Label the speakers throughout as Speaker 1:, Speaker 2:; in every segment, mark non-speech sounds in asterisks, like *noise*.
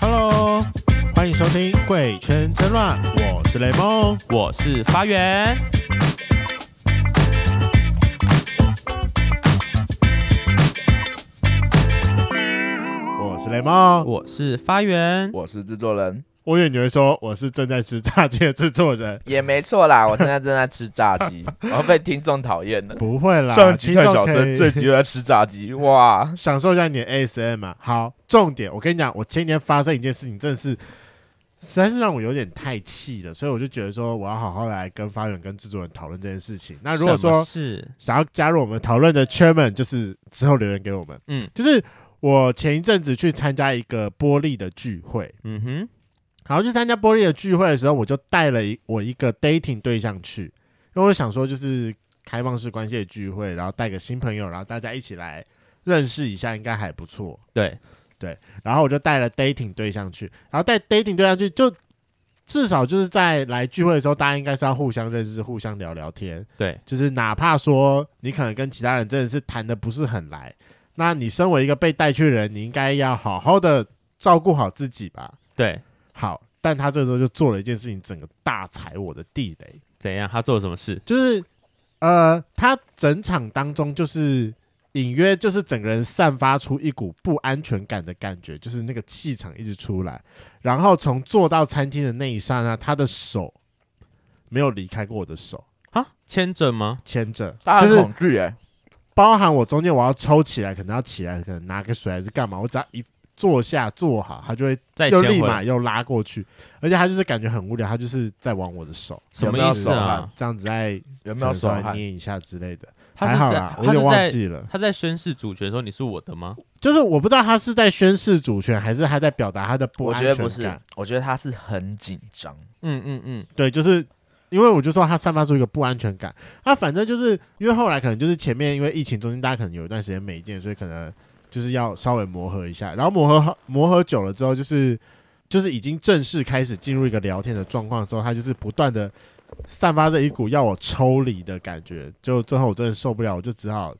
Speaker 1: Hello，欢迎收听《贵圈真乱》，我是雷梦。
Speaker 2: 我是发源。
Speaker 1: 我是雷梦。
Speaker 2: 我是发源。
Speaker 3: 我是制作人，
Speaker 1: 我以为你会说我是正在吃炸鸡的制作人，
Speaker 3: 也没错
Speaker 2: *laughs*
Speaker 3: 啦。我现在正在吃炸
Speaker 1: *laughs*
Speaker 3: 鸡，然后被听众讨厌了。
Speaker 1: 不会啦，
Speaker 3: 上集
Speaker 1: 听
Speaker 3: 太
Speaker 1: 众
Speaker 3: 小
Speaker 1: 可
Speaker 3: 声，
Speaker 1: 以
Speaker 3: 这集又在吃炸鸡，哇！
Speaker 1: *laughs* 享受一下你的 ASM 啊。好，重点，我跟你讲，我前几天发生一件事情，真的是实在是让我有点太气了，所以我就觉得说，我要好好来跟发源跟制作人讨论这件事情。那如果
Speaker 2: 什么
Speaker 1: 说
Speaker 2: 是
Speaker 1: 想要加入我们讨论的圈们，就是之后留言给我们。
Speaker 2: 嗯
Speaker 1: 就是我前一阵子去参加一个玻璃的聚会，
Speaker 2: 嗯哼
Speaker 1: 然后去参加玻璃的聚会的时候，我就带了一我一个 dating 对象去，因为我想说就是开放式关系的聚会，然后带个新朋友，然后大家一起来认识一下，应该还不错。
Speaker 2: 对
Speaker 1: 然后我就带了 dating 对象去，然后带 dating 对象去，就至少就是在来聚会的时候，大家应该是要互相认识、互相聊聊天。
Speaker 2: 对
Speaker 1: 就是哪怕说你可能跟其他人真的是谈的不是很来，那你身为一个被带去的人，你应该要好好的照顾好自己吧。
Speaker 2: 对，
Speaker 1: 好，但他这时候就做了一件事情，整个大踩我的地雷，
Speaker 2: 怎样？他做了什么事？
Speaker 1: 就是呃，他整场当中就是隐约就是整个人散发出一股不安全感的感觉，就是那个气场一直出来，然后从坐到餐厅的那一刹那，他的手没有离开过我的手，
Speaker 2: 啊，牵着吗？
Speaker 1: 牵着，
Speaker 3: 他
Speaker 1: 就
Speaker 3: 很
Speaker 1: 是
Speaker 3: 恐惧哎，
Speaker 1: 包含我中间我要抽起来，可能要起来，可能拿个水还是干嘛，我只要一坐下坐好，他就会
Speaker 2: 再
Speaker 1: 又
Speaker 2: 牵
Speaker 1: 立
Speaker 2: 回
Speaker 1: 马
Speaker 2: 来，
Speaker 1: 又拉过去，而且他就是感觉很无聊，他就是在玩我的手，
Speaker 2: 什么
Speaker 3: 有没有
Speaker 2: 意思
Speaker 3: 手
Speaker 2: 啊
Speaker 3: 汗？
Speaker 1: 这样子在可
Speaker 3: 有没有
Speaker 1: 能
Speaker 3: 手啊
Speaker 1: 稍微
Speaker 3: 汗？
Speaker 1: 捏一下之类的，
Speaker 2: 他
Speaker 1: 还
Speaker 2: 是
Speaker 1: 好
Speaker 2: 在
Speaker 1: 啦，我有
Speaker 2: 他
Speaker 1: 点
Speaker 2: 是
Speaker 1: 忘
Speaker 2: 在
Speaker 1: 记了，
Speaker 2: 他在宣誓主权说你是我的吗？
Speaker 1: 就是我不知道他是在宣示主权，还是他在表达他的不
Speaker 3: 我
Speaker 1: 安
Speaker 3: 觉
Speaker 1: 全
Speaker 3: 得
Speaker 1: 感。
Speaker 3: 不是，我觉得他是很紧张，
Speaker 2: 嗯嗯嗯，
Speaker 1: 对，就是因为我就说他散发出一个不安全感。那反正就是因为后来可能就是前面因为疫情中间大家可能有一段时间没见，所以可能就是要稍微磨合一下。然后磨合好磨合久了之后，就是就是已经正式开始进入一个聊天的状况之后，他就是不断的散发着一股要我抽离的感觉。就最后我真的受不了，我就只好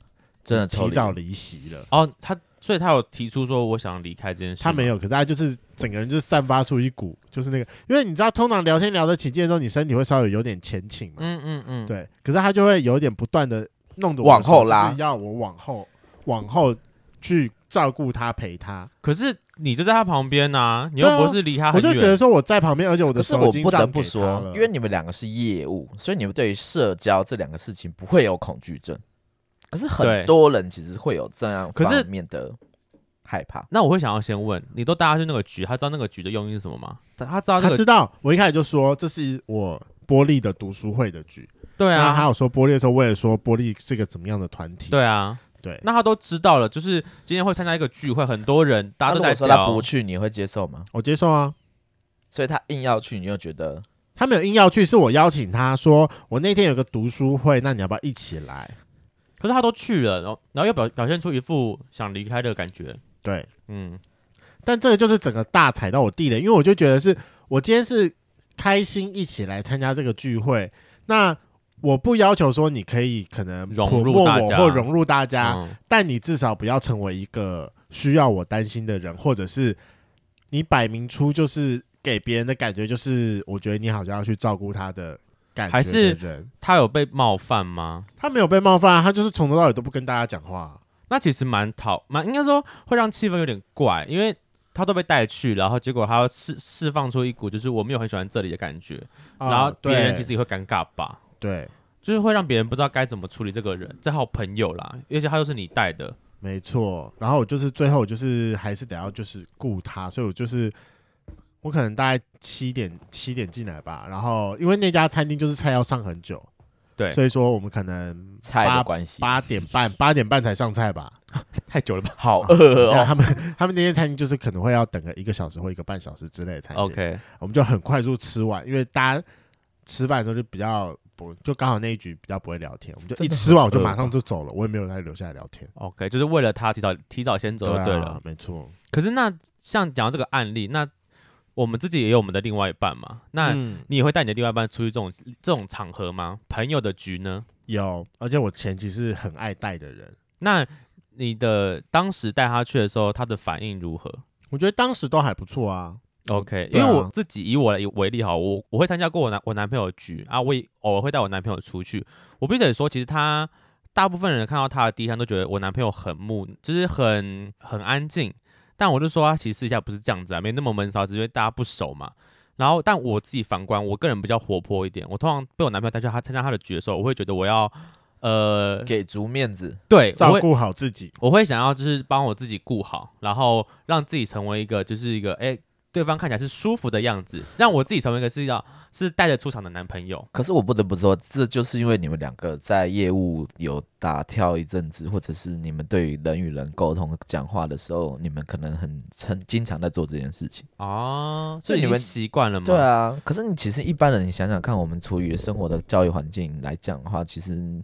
Speaker 3: 真的抽
Speaker 1: 提
Speaker 3: 离
Speaker 1: 早离席了。
Speaker 2: 哦，他所以他有提出说我想离开这件事吗，
Speaker 1: 他没有，可是他就是整个人就是散发出一股，就是那个，因为你知道，通常聊天聊得起劲的时候，你身体会稍微有点前倾嘛，
Speaker 2: 嗯，嗯嗯嗯，
Speaker 1: 对，可是他就会有点不断的弄得
Speaker 3: 往后拉
Speaker 1: 要我往后往后去照顾他陪他，
Speaker 2: 可是你就在他旁边呐，你又
Speaker 1: 对啊
Speaker 2: 不是离他
Speaker 1: 我
Speaker 2: 很
Speaker 1: 就觉得
Speaker 2: 远，
Speaker 1: 说我在旁边，而且我的
Speaker 3: 可是
Speaker 1: 手
Speaker 3: 我
Speaker 1: 已经
Speaker 3: 不得
Speaker 1: 让给
Speaker 3: 不
Speaker 1: 他
Speaker 3: 说
Speaker 1: 了，
Speaker 3: 因为你们两个是业务，所以你们对于社交这两个事情不会有恐惧症。可是
Speaker 2: 对
Speaker 3: 很多人其实会有这样
Speaker 2: 可是
Speaker 3: 方面的害怕。
Speaker 2: 那我会想要先问，你都带他去那个局，他知道那个局的用意是什么吗？他他知道
Speaker 1: 他
Speaker 2: 这
Speaker 1: 知
Speaker 2: 个
Speaker 1: 道我一开始就说这是我玻璃的读书会的局，
Speaker 2: 对
Speaker 1: 然后
Speaker 2: 啊
Speaker 1: 他，有说玻璃的时候，我也说玻璃是个怎么样的团体，
Speaker 2: 对啊，
Speaker 1: 对，
Speaker 2: 那他都知道了，就是今天会参加一个聚会，很多人，大
Speaker 3: 那
Speaker 2: 家
Speaker 3: 如
Speaker 2: 都
Speaker 3: 果
Speaker 2: 在
Speaker 3: 说他
Speaker 2: 聊。
Speaker 3: 不去，你会接受吗？
Speaker 1: 我接受啊。
Speaker 3: 所以他硬要去，你又觉得
Speaker 1: 他没有硬要去，是我邀请他说，我那天有个读书会，那你要不要一起来？
Speaker 2: 可是他都去了，然后然后又表表现出一副想离开的感觉。
Speaker 1: 对，
Speaker 2: 嗯，
Speaker 1: 但这个就是整个大踩到我地雷，因为我就觉得是我今天是开心一起来参加这个聚会，那我不要求说你可以可能
Speaker 2: 融
Speaker 1: 泼
Speaker 2: 入
Speaker 1: 墨
Speaker 2: 大
Speaker 1: 我
Speaker 2: 家
Speaker 1: 或融入大家，
Speaker 2: 嗯
Speaker 1: 但你至少不要成为一个需要我担心的人，或者是你摆明出就是给别人的感觉就是我觉得你好像要去照顾他的感觉
Speaker 2: 还
Speaker 1: 的
Speaker 2: 是
Speaker 1: 人，
Speaker 2: 他有被冒犯吗？
Speaker 1: 他没有被冒犯啊、他就是从头到尾都不跟大家讲话啊、
Speaker 2: 那其实蛮讨蛮，应该说会让气氛有点怪，因为他都被带去，然后结果他要释释放出一股就是我没有很喜欢这里的感觉，
Speaker 1: 啊
Speaker 2: 然后别人
Speaker 1: 对
Speaker 2: 其实也会尴尬吧，
Speaker 1: 对，
Speaker 2: 就是会让别人不知道该怎么处理这个人，这好朋友啦，而且他又是你带的，
Speaker 1: 没错。然后我就是最后我就是还是得要就是顾他，所以我就是我可能大概七点七点进来吧。然后因为那家餐厅就是菜要上很久，
Speaker 2: 对
Speaker 1: 所以说我们可能
Speaker 3: 菜
Speaker 1: 八
Speaker 3: 的关系
Speaker 1: 八点半八点半才上菜吧。
Speaker 2: 太久了吧
Speaker 3: 好饿
Speaker 1: 然后
Speaker 3: 哦。
Speaker 1: 他们 *laughs* 他们那些餐厅就是可能会要等个一个小时或一个半小时之类的餐厅
Speaker 2: ？OK，
Speaker 1: 我们就很快速吃完，因为大家吃饭的时候就比较。不就刚好那一局比较不会聊天，我们就一
Speaker 3: 真的
Speaker 1: 吃完我
Speaker 3: 很
Speaker 1: 就
Speaker 3: 饿
Speaker 1: 马上
Speaker 3: 吧
Speaker 1: 就走了，我也没有再留下来聊天。
Speaker 2: OK，就是为了他提早提早先走就对了。
Speaker 1: 啊，没错。
Speaker 2: 可是那像讲到这个案例，那我们自己也有我们的另外一半嘛，那
Speaker 1: 嗯
Speaker 2: 你也会带你的另外一半出去这种这种场合吗？朋友的局呢？
Speaker 1: 有，而且我前期是很爱带的人，
Speaker 2: 那你的当时带他去的时候，他的反应如何
Speaker 1: 我觉得当时都还不错啊。
Speaker 2: ？OK，因
Speaker 1: 对
Speaker 2: 为
Speaker 1: 啊
Speaker 2: 我自己以我来为例哈，我我会参加过我男我男朋友的局啊，我也偶尔会带我男朋友出去。我必须得说，其实他大部分人看到他的第一天都觉得我男朋友很木，就是很很安静。但我就说他其实私底下不是这样子啊，没那么闷骚，只是因为大家不熟嘛。然后，但我自己反观，我个人比较活泼一点。我通常被我男朋友带去他参加他的局的时候，我会觉得我要，呃，
Speaker 3: 给足面子，
Speaker 2: 对，我
Speaker 1: 照
Speaker 2: 会
Speaker 1: 顾好自己，
Speaker 2: 我会想要就是帮我自己顾好，然后让自己成为一个就是一个哎、对方看起来是舒服的样子，让我自己成为一个是要是带着出场的男朋友。
Speaker 3: 可是我不得不说，这就是因为你们两个在业务有打跳一阵子，或者是你们对于人与人沟通讲话的时候，你们可能很很经常在做这件事情。
Speaker 2: 哦，
Speaker 3: 所
Speaker 2: 这已
Speaker 3: 以你
Speaker 2: 经
Speaker 3: 们
Speaker 2: 习惯
Speaker 1: 嗯
Speaker 2: 了吗？
Speaker 3: 对啊，可是你其实一般人，你想想看，我们处于生活的教育环境来讲的话，其实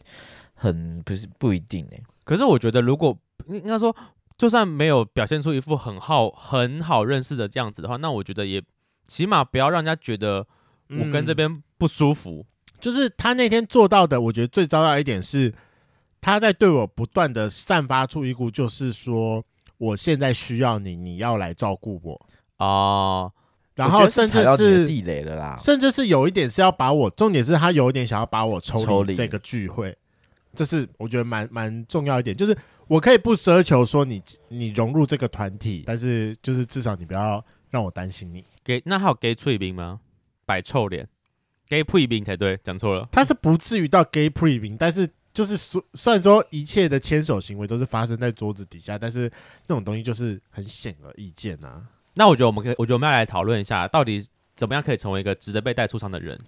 Speaker 3: 很不是不一定哎、
Speaker 2: 可是我觉得如果嗯应应该说，就算没有表现出一副很好很好认识的样子的话，那我觉得也起码不要让人家觉得我跟这
Speaker 1: 嗯
Speaker 2: 边不舒服。
Speaker 1: 就是他那天做到的，我觉得最糟糕的一点是，他在对我不断的散发出一股，就是说我现在需要你，你要来照顾我，
Speaker 2: 哦，
Speaker 1: 然
Speaker 3: 我觉
Speaker 1: 后
Speaker 3: 得
Speaker 1: 甚
Speaker 3: 踩
Speaker 1: 至
Speaker 3: 到你的
Speaker 1: 是
Speaker 3: 地雷了啦。
Speaker 1: 甚至是有一点是要把我，重点是他有一点想要把我
Speaker 3: 抽
Speaker 1: 抽
Speaker 3: 离
Speaker 1: 离这个聚会，这是我觉得蛮蛮重要一点，就是我可以不奢求说你你融入这个团体，但是就是至少你不要让我担心你。
Speaker 2: 给那还有给翠冰吗？摆臭脸，给配冰才对，讲错了。
Speaker 1: 他是不至于到 gay pre 名，但是就是说，虽然说一切的牵手行为都是发生在桌子底下，但是那种东西就是很显而易见啊。
Speaker 2: 那我觉得我们可以，我觉得我们要来讨论一下，到底怎么样可以成为一个值得被带出场的人。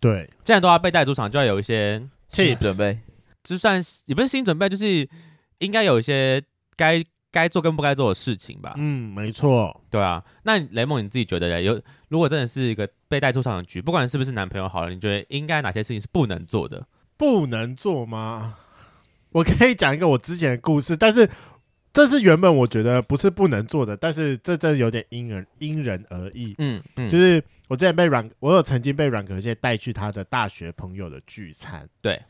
Speaker 1: 对，
Speaker 2: 既然都要被带出场，就要有一些，
Speaker 3: 心理
Speaker 1: Tips
Speaker 3: 准备，
Speaker 2: 就算是也不是新准备，就是应该有一些该该做跟不该做的事情吧。
Speaker 1: 嗯，没错，
Speaker 2: 对啊，那雷蒙你自己觉得嘞，有如果真的是一个被带出场的局，不管是不是男朋友好了，你觉得应该哪些事情是不能做的？
Speaker 1: 不能做吗？我可以讲一个我之前的故事，但是这是原本我觉得不是不能做的，但是这真的有点因人因人而异。
Speaker 2: 嗯嗯，
Speaker 1: 就是是我之前被阮，我有曾经被阮可蟹带去他的大学朋友的聚餐，
Speaker 2: 对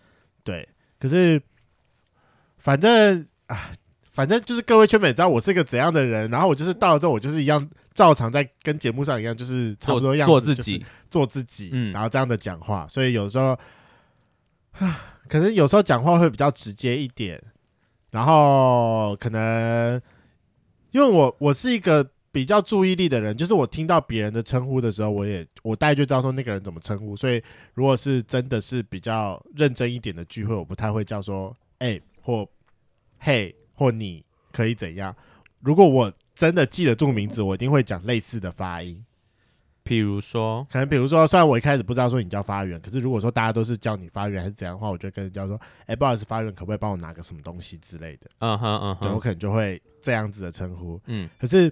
Speaker 1: 对，可是反正啊，反正就是各位圈粉也知道我是个怎样的人，然后我就是到了之后，我就是一样照常在跟节目上一样，就是差不多
Speaker 2: 做
Speaker 1: 样
Speaker 2: 做
Speaker 1: 子
Speaker 2: 自己，
Speaker 1: 做自己，
Speaker 2: 嗯
Speaker 1: 然后这样的讲话，所以有时候，啊， *sighs* 可能有时候讲话会比较直接一点，然后可能因为我我是一个比较注意力的人，就是我听到别人的称呼的时候，我也我大概就知道说那个人怎么称呼，所以如果是真的是比较认真一点的聚会，我不太会叫说哎、或嘿或你可以怎样，如果我真的记得住名字，我一定会讲类似的发音。
Speaker 2: 比如说，
Speaker 1: 可能比如说，虽然我一开始不知道说你叫发源，可是如果说大家都是叫你发源还是怎样的话，我就跟人家说，哎、不好意思，发源可不可以帮我拿个什么东西之类的？
Speaker 2: 嗯哼嗯
Speaker 1: 对我
Speaker 2: 哼，
Speaker 1: 可能就会这样子的称呼。
Speaker 2: 嗯，
Speaker 1: 可是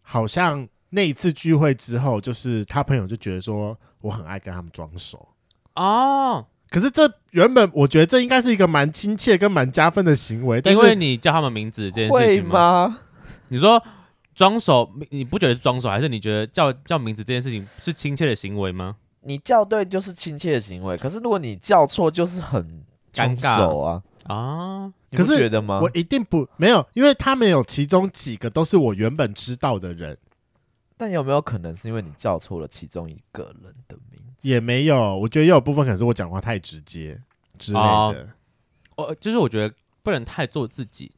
Speaker 1: 好像那一次聚会之后，就是他朋友就觉得说我很爱跟他们装熟。
Speaker 2: 哦，
Speaker 1: 可是这原本我觉得这应该是一个蛮亲切跟蛮加分的行为，但
Speaker 2: 因
Speaker 1: 是
Speaker 2: 为你叫他们名字这件事
Speaker 3: 会
Speaker 2: 情吗？
Speaker 3: 吗？
Speaker 2: 你说装熟，你不觉得是装熟，还是你觉得叫叫名字这件事情是亲切的行为吗？
Speaker 3: 你叫对就是亲切的行为，可是如果你叫错，就是很
Speaker 2: 尴尬
Speaker 3: 装手啊。
Speaker 2: 啊，
Speaker 3: 你不
Speaker 1: 可是
Speaker 3: 觉得吗？
Speaker 1: 我一定不没有，因为他们有其中几个都是我原本知道的人。
Speaker 3: 但有没有可能是因为你叫错了其中一个人的名字？
Speaker 1: 也没有，我觉得也有部分可能是我讲话太直接之类的。
Speaker 2: 哦哦，就是我觉得不能太做自己，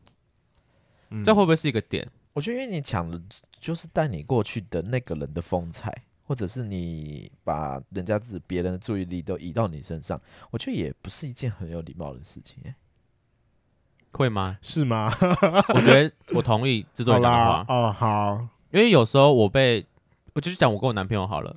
Speaker 1: 嗯？
Speaker 2: 这会不会是一个点？
Speaker 3: 我觉得因为你抢了，就是带你过去的那个人的风采，或者是你把人家自别人的注意力都移到你身上，我觉得也不是一件很有礼貌的事情、欸。
Speaker 2: 会
Speaker 1: *laughs*
Speaker 2: 吗
Speaker 1: 是吗？
Speaker 2: 我觉得我同意制作
Speaker 1: 好
Speaker 2: 人讲的
Speaker 1: 啦
Speaker 2: 话，，
Speaker 1: 哦，好，
Speaker 2: 因为有时候我被，我就是讲我跟我男朋友好了，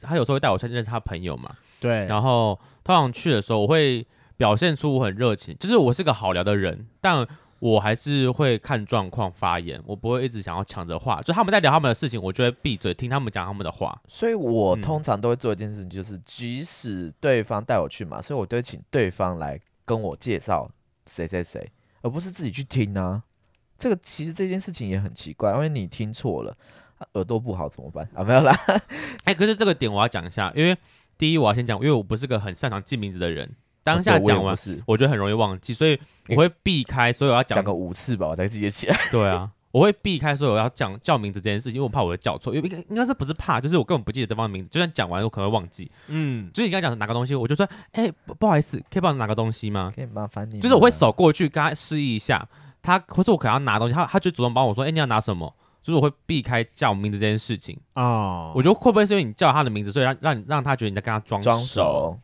Speaker 2: 他有时候会带我去认识他朋友嘛，
Speaker 3: 哎
Speaker 1: 对，
Speaker 2: 然后通常去的时候，我会表现出我很热情，就是我是个好聊的人，但我还是会看状况发言，我不会一直想要抢着话。就他们在聊他们的事情，我就会闭嘴听他们讲他们的话。
Speaker 3: 所以我
Speaker 2: 嗯
Speaker 3: 通常都会做一件事情，就是即使对方带我去嘛，所以我都会请对方来跟我介绍谁谁谁，而不是自己去听啊。这个其实这件事情也很奇怪，因为你听错了，啊耳朵不好怎么办啊？没有啦，
Speaker 2: 哎、可是这个点我要讲一下，因为第一我要先讲，因为我不是个很擅长记名字的人，当下
Speaker 3: 啊对我也
Speaker 2: 讲完
Speaker 3: 不，是
Speaker 2: 我觉得很容易忘记，所以我会避开所有要
Speaker 3: 讲
Speaker 2: 讲
Speaker 3: 个五次吧，我才记得起来。
Speaker 2: 对啊，我会避开所有要讲叫名字这件事情，因为我怕我会叫错，因为应该应该是不是怕，就是我根本不记得对方的名字，就算讲完我可能会忘记。
Speaker 1: 嗯，
Speaker 2: 就是你刚才讲哪个东西，我就说，哎、不不好意思，可以帮我拿个东西吗？
Speaker 3: *laughs* 可以麻烦你吗，
Speaker 2: 就是我会手过去跟他示意一下，他或是我可能要拿东西，他他就主动帮我说，哎、你要拿什么？就是我会避开叫名字这件事情。
Speaker 1: 哦，
Speaker 2: 我觉得会不会是因为你叫他的名字，所以让让你让他觉得你在跟他装
Speaker 3: 装
Speaker 2: 熟
Speaker 3: 熟，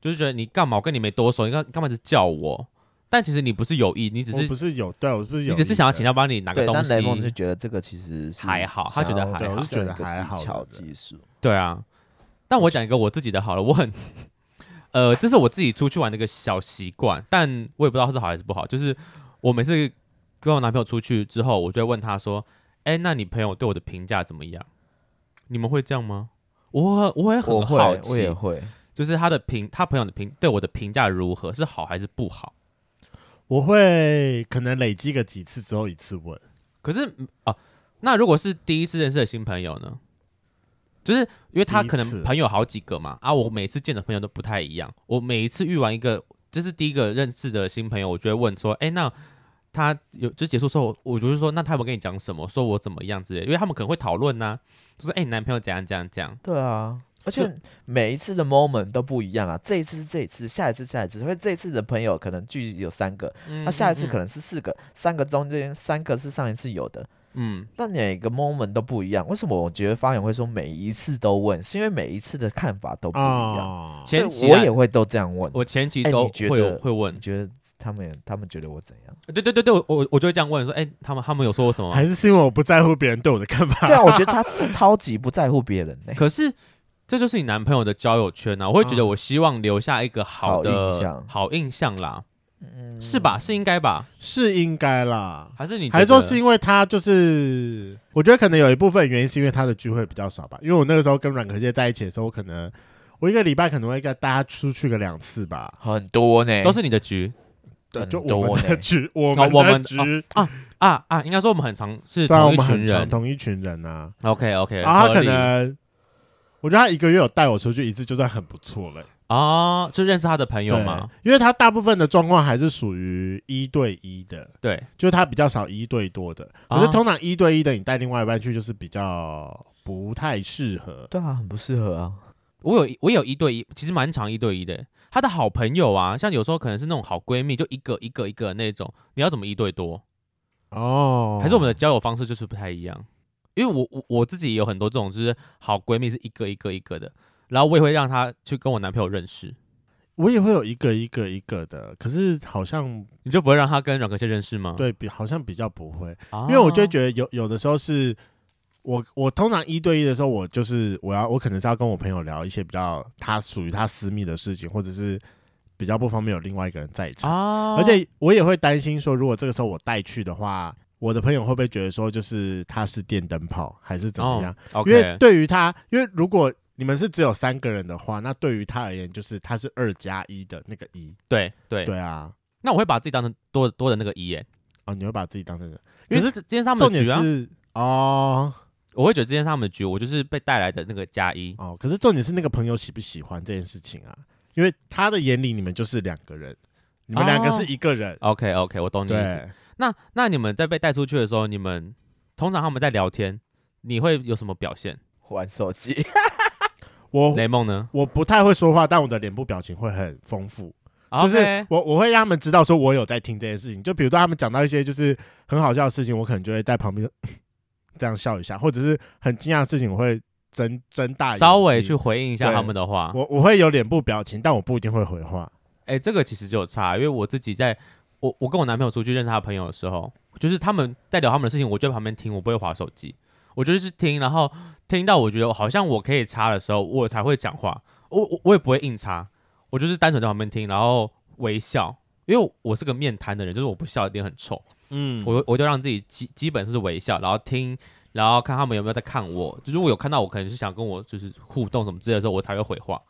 Speaker 2: 就是觉得你干嘛？我跟你没多熟，你干干嘛一直叫我？但其实你不是有意，你只
Speaker 1: 我
Speaker 2: 是
Speaker 1: 不是有，对我不是有意
Speaker 2: 你
Speaker 1: 的，
Speaker 2: 只是想要请他帮你拿个
Speaker 3: 对，
Speaker 2: 东
Speaker 3: 但
Speaker 2: 西。
Speaker 3: 雷蒙就觉得这个其实是
Speaker 2: 还好他觉得
Speaker 3: 想要
Speaker 2: 还好对我
Speaker 1: 是觉得
Speaker 3: 一个
Speaker 1: 还好
Speaker 3: 技
Speaker 1: 对
Speaker 3: 巧
Speaker 1: 不对
Speaker 3: 技术，
Speaker 2: 对啊，但我讲一个我自己的好了，我很，呃，这是我自己出去玩的一个小习惯，但我也不知道是好还是不好。就是我每次跟我男朋友出去之后，我就会问他说：“哎、那你朋友对我的评价怎么样？你们会这样吗？”我很我也
Speaker 3: 我
Speaker 2: 很好
Speaker 3: 会，我
Speaker 2: 奇
Speaker 3: 也，会，
Speaker 2: 就是他的评，他朋友的评对我的评价如何，是好还是不好？
Speaker 1: 我会可能累积个几次之后一次问，
Speaker 2: 可是嗯啊，那如果是第一次认识的新朋友呢？就是因为他
Speaker 1: 第一
Speaker 2: 可能
Speaker 1: 次
Speaker 2: 朋友好几个嘛，啊，我每次见的朋友都不太一样。我每一次遇完一个，这是第一个认识的新朋友，我就会问说，哎、那他有就结束之后，我就是说，那他有没有跟你讲什么，说我怎么样之类的，因为他们可能会讨论呐，就说，哎、你男朋友怎样怎样怎样，
Speaker 3: 对啊，而
Speaker 2: 就
Speaker 3: 且每一次的 moment 都不一样啊，这一次是这一次，下一次下一次，所以这一次的朋友可能聚集有三个，
Speaker 2: 那、
Speaker 3: 那下一次可能是四个，三个中间三个是上一次有的，
Speaker 2: 嗯，
Speaker 3: 但每个 moment 都不一样。为什么我觉得发言会说每一次都问，是因为每一次的看法都不一样，
Speaker 1: 哦，
Speaker 3: 所以
Speaker 2: 前期
Speaker 3: 我
Speaker 2: 啊
Speaker 3: 也会都这样问。
Speaker 2: 我前期
Speaker 3: 哎
Speaker 2: 都
Speaker 3: 你觉
Speaker 2: 会有、
Speaker 3: 得
Speaker 2: 会问
Speaker 3: 你，觉得他们他们觉得我怎样？ *laughs*
Speaker 2: 对对对对，我我我就会这样问说，哎、他们他们有说我什么吗？
Speaker 1: 还是是因为我不在乎别人对我的看法，
Speaker 3: 对啊，我觉得他是超级不在乎别人呢、
Speaker 2: 可是这就是你男朋友的交友圈啊，我会觉
Speaker 1: 嗯
Speaker 2: 得我希望留下一个好的
Speaker 3: 好印象
Speaker 2: 好印象啦，
Speaker 3: 嗯
Speaker 2: 是吧？是应该吧？
Speaker 1: *laughs* 是应该啦。
Speaker 2: 还是你觉
Speaker 1: 还
Speaker 2: 得
Speaker 1: 是说是因为他就是，我觉得可能有一部分原因是因为他的聚会比较少吧。因为我那个时候跟阮可杰在一起的时候，我可能我一个礼拜可能会跟大家出去个两次吧。
Speaker 3: 很多呢，
Speaker 2: 都是你的局
Speaker 1: 对，
Speaker 3: 很
Speaker 1: 就我们
Speaker 3: 多呢
Speaker 1: 的局，我
Speaker 2: 哦我
Speaker 1: 们的
Speaker 2: 们
Speaker 1: 局，
Speaker 2: 啊啊？应该说我们很常是
Speaker 1: 对啊，我
Speaker 2: 同一
Speaker 1: 们
Speaker 2: 群
Speaker 1: 很常
Speaker 2: 人。
Speaker 1: 同一群人啊。
Speaker 2: OK OK，
Speaker 1: 然后他可能，我觉得他一个月有带我出去一次，就算很不错了。
Speaker 2: 哦，就认识他的朋友嘛。
Speaker 1: 对？因为他大部分的状况还是属于一对一的，
Speaker 2: 对，
Speaker 1: 就是他比较少一对多的。
Speaker 2: 啊
Speaker 1: 可是通常一对一的，你带另外一半去就是比较不太适合。
Speaker 3: 对啊，很不适合啊。
Speaker 2: 我有一我有一对一，其实蛮常一对一的。他的好朋友啊，像有时候可能是那种好闺蜜，就一个一个一个的那种。你要怎么一对多？
Speaker 1: 哦
Speaker 2: 还是我们的交友方式就是不太一样。因为我我我自己也有很多这种，就是好闺蜜是一个一个一个的，然后我也会让她去跟我男朋友认识。
Speaker 1: 我也会有一个一个一个的，可是好像
Speaker 2: 你就不会让她跟阮可先认识吗？，
Speaker 1: 对比好像比较不会，
Speaker 2: 啊
Speaker 1: 因为我就会觉得有有的时候是。我我通常一对一的时候，我就是我要我可能是要跟我朋友聊一些比较他属于他私密的事情，或者是比较不方便有另外一个人在场。
Speaker 2: 啊，
Speaker 1: 而且我也会担心说，如果这个时候我带去的话，我的朋友会不会觉得说，就是他是电灯泡还是怎么样？
Speaker 2: o
Speaker 1: 因为
Speaker 2: k
Speaker 1: 对于他，因为如果你们是只有三个人的话，那对于他而言，就是他是二加一的那个一。
Speaker 2: 对对
Speaker 1: 对啊，
Speaker 2: 那我会把自己当成多多的那个一耶，
Speaker 1: 哦，你会把自己当成人，
Speaker 2: 因
Speaker 1: 可
Speaker 2: 为
Speaker 1: 是
Speaker 2: 这今天是他们
Speaker 1: 重
Speaker 2: 的
Speaker 1: 点
Speaker 2: 局啊，
Speaker 1: 是哦
Speaker 2: 我会觉得今天是他们的局，我就是被带来的那个加一。
Speaker 1: 哦，可是重点是那个朋友喜不喜欢这件事情啊？因为他的眼里你们就是两个人，你们两个
Speaker 2: 哦
Speaker 1: 是一个人，
Speaker 2: OK OK，我懂你意思。
Speaker 1: 对。
Speaker 2: 那那你们在被带出去的时候，你们通常他们在聊天，你会有什么表现？
Speaker 3: 玩手机，
Speaker 1: 我
Speaker 2: 雷梦呢？
Speaker 1: 我不太会说话，但我的脸部表情会很丰富。就是
Speaker 2: 哦 OK
Speaker 1: 我我会让他们知道说我有在听这件事情。就比如说他们讲到一些就是很好笑的事情，我可能就会在旁边这样笑一下，或者是很惊讶的事情，我会睁睁大眼睛
Speaker 2: 稍微去。回应一下
Speaker 1: 对
Speaker 2: 他们的话。
Speaker 1: 我我会有脸部表情，但我不一定会回话。
Speaker 2: 哎、这个其实就有差，因为我自己在我我跟我男朋友出去认识他的朋友的时候，就是他们在聊他们的事情，我就在旁边听，我不会划手机，我就是听，然后听到我觉得好像我可以插的时候，我才会讲话，我我我也不会硬插，我就是单纯在旁边听，然后微笑，因为我是个面瘫的人，就是我不笑一定很臭，
Speaker 1: 嗯
Speaker 2: 我我就让自己基基本是微笑，然后听，然后看他们有没有在看我。就如果有看到我，可能是想跟我就是互动什么之类的时候，我才会回话。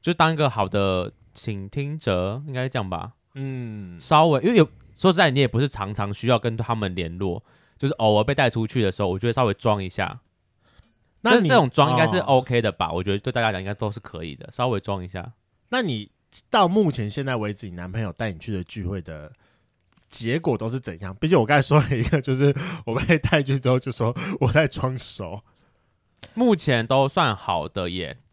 Speaker 2: 就当一个好的倾听者，应该这样吧。
Speaker 1: 嗯，
Speaker 2: 稍微因为有说实在，你也不是常常需要跟他们联络，就是偶尔被带出去的时候，我就会稍微装一下。
Speaker 1: 那
Speaker 2: 但是
Speaker 1: 你
Speaker 2: 这种装应该是
Speaker 1: 哦
Speaker 2: OK 的吧？我觉得对大家来讲应该都是可以的，稍微装一下。
Speaker 1: 那你到目前现在为止，你男朋友带你去的聚会的结果都是怎样？毕竟我刚才说了一个，就是我被带去之后就说我在装熟，
Speaker 2: 目前都算好的耶。
Speaker 3: *laughs*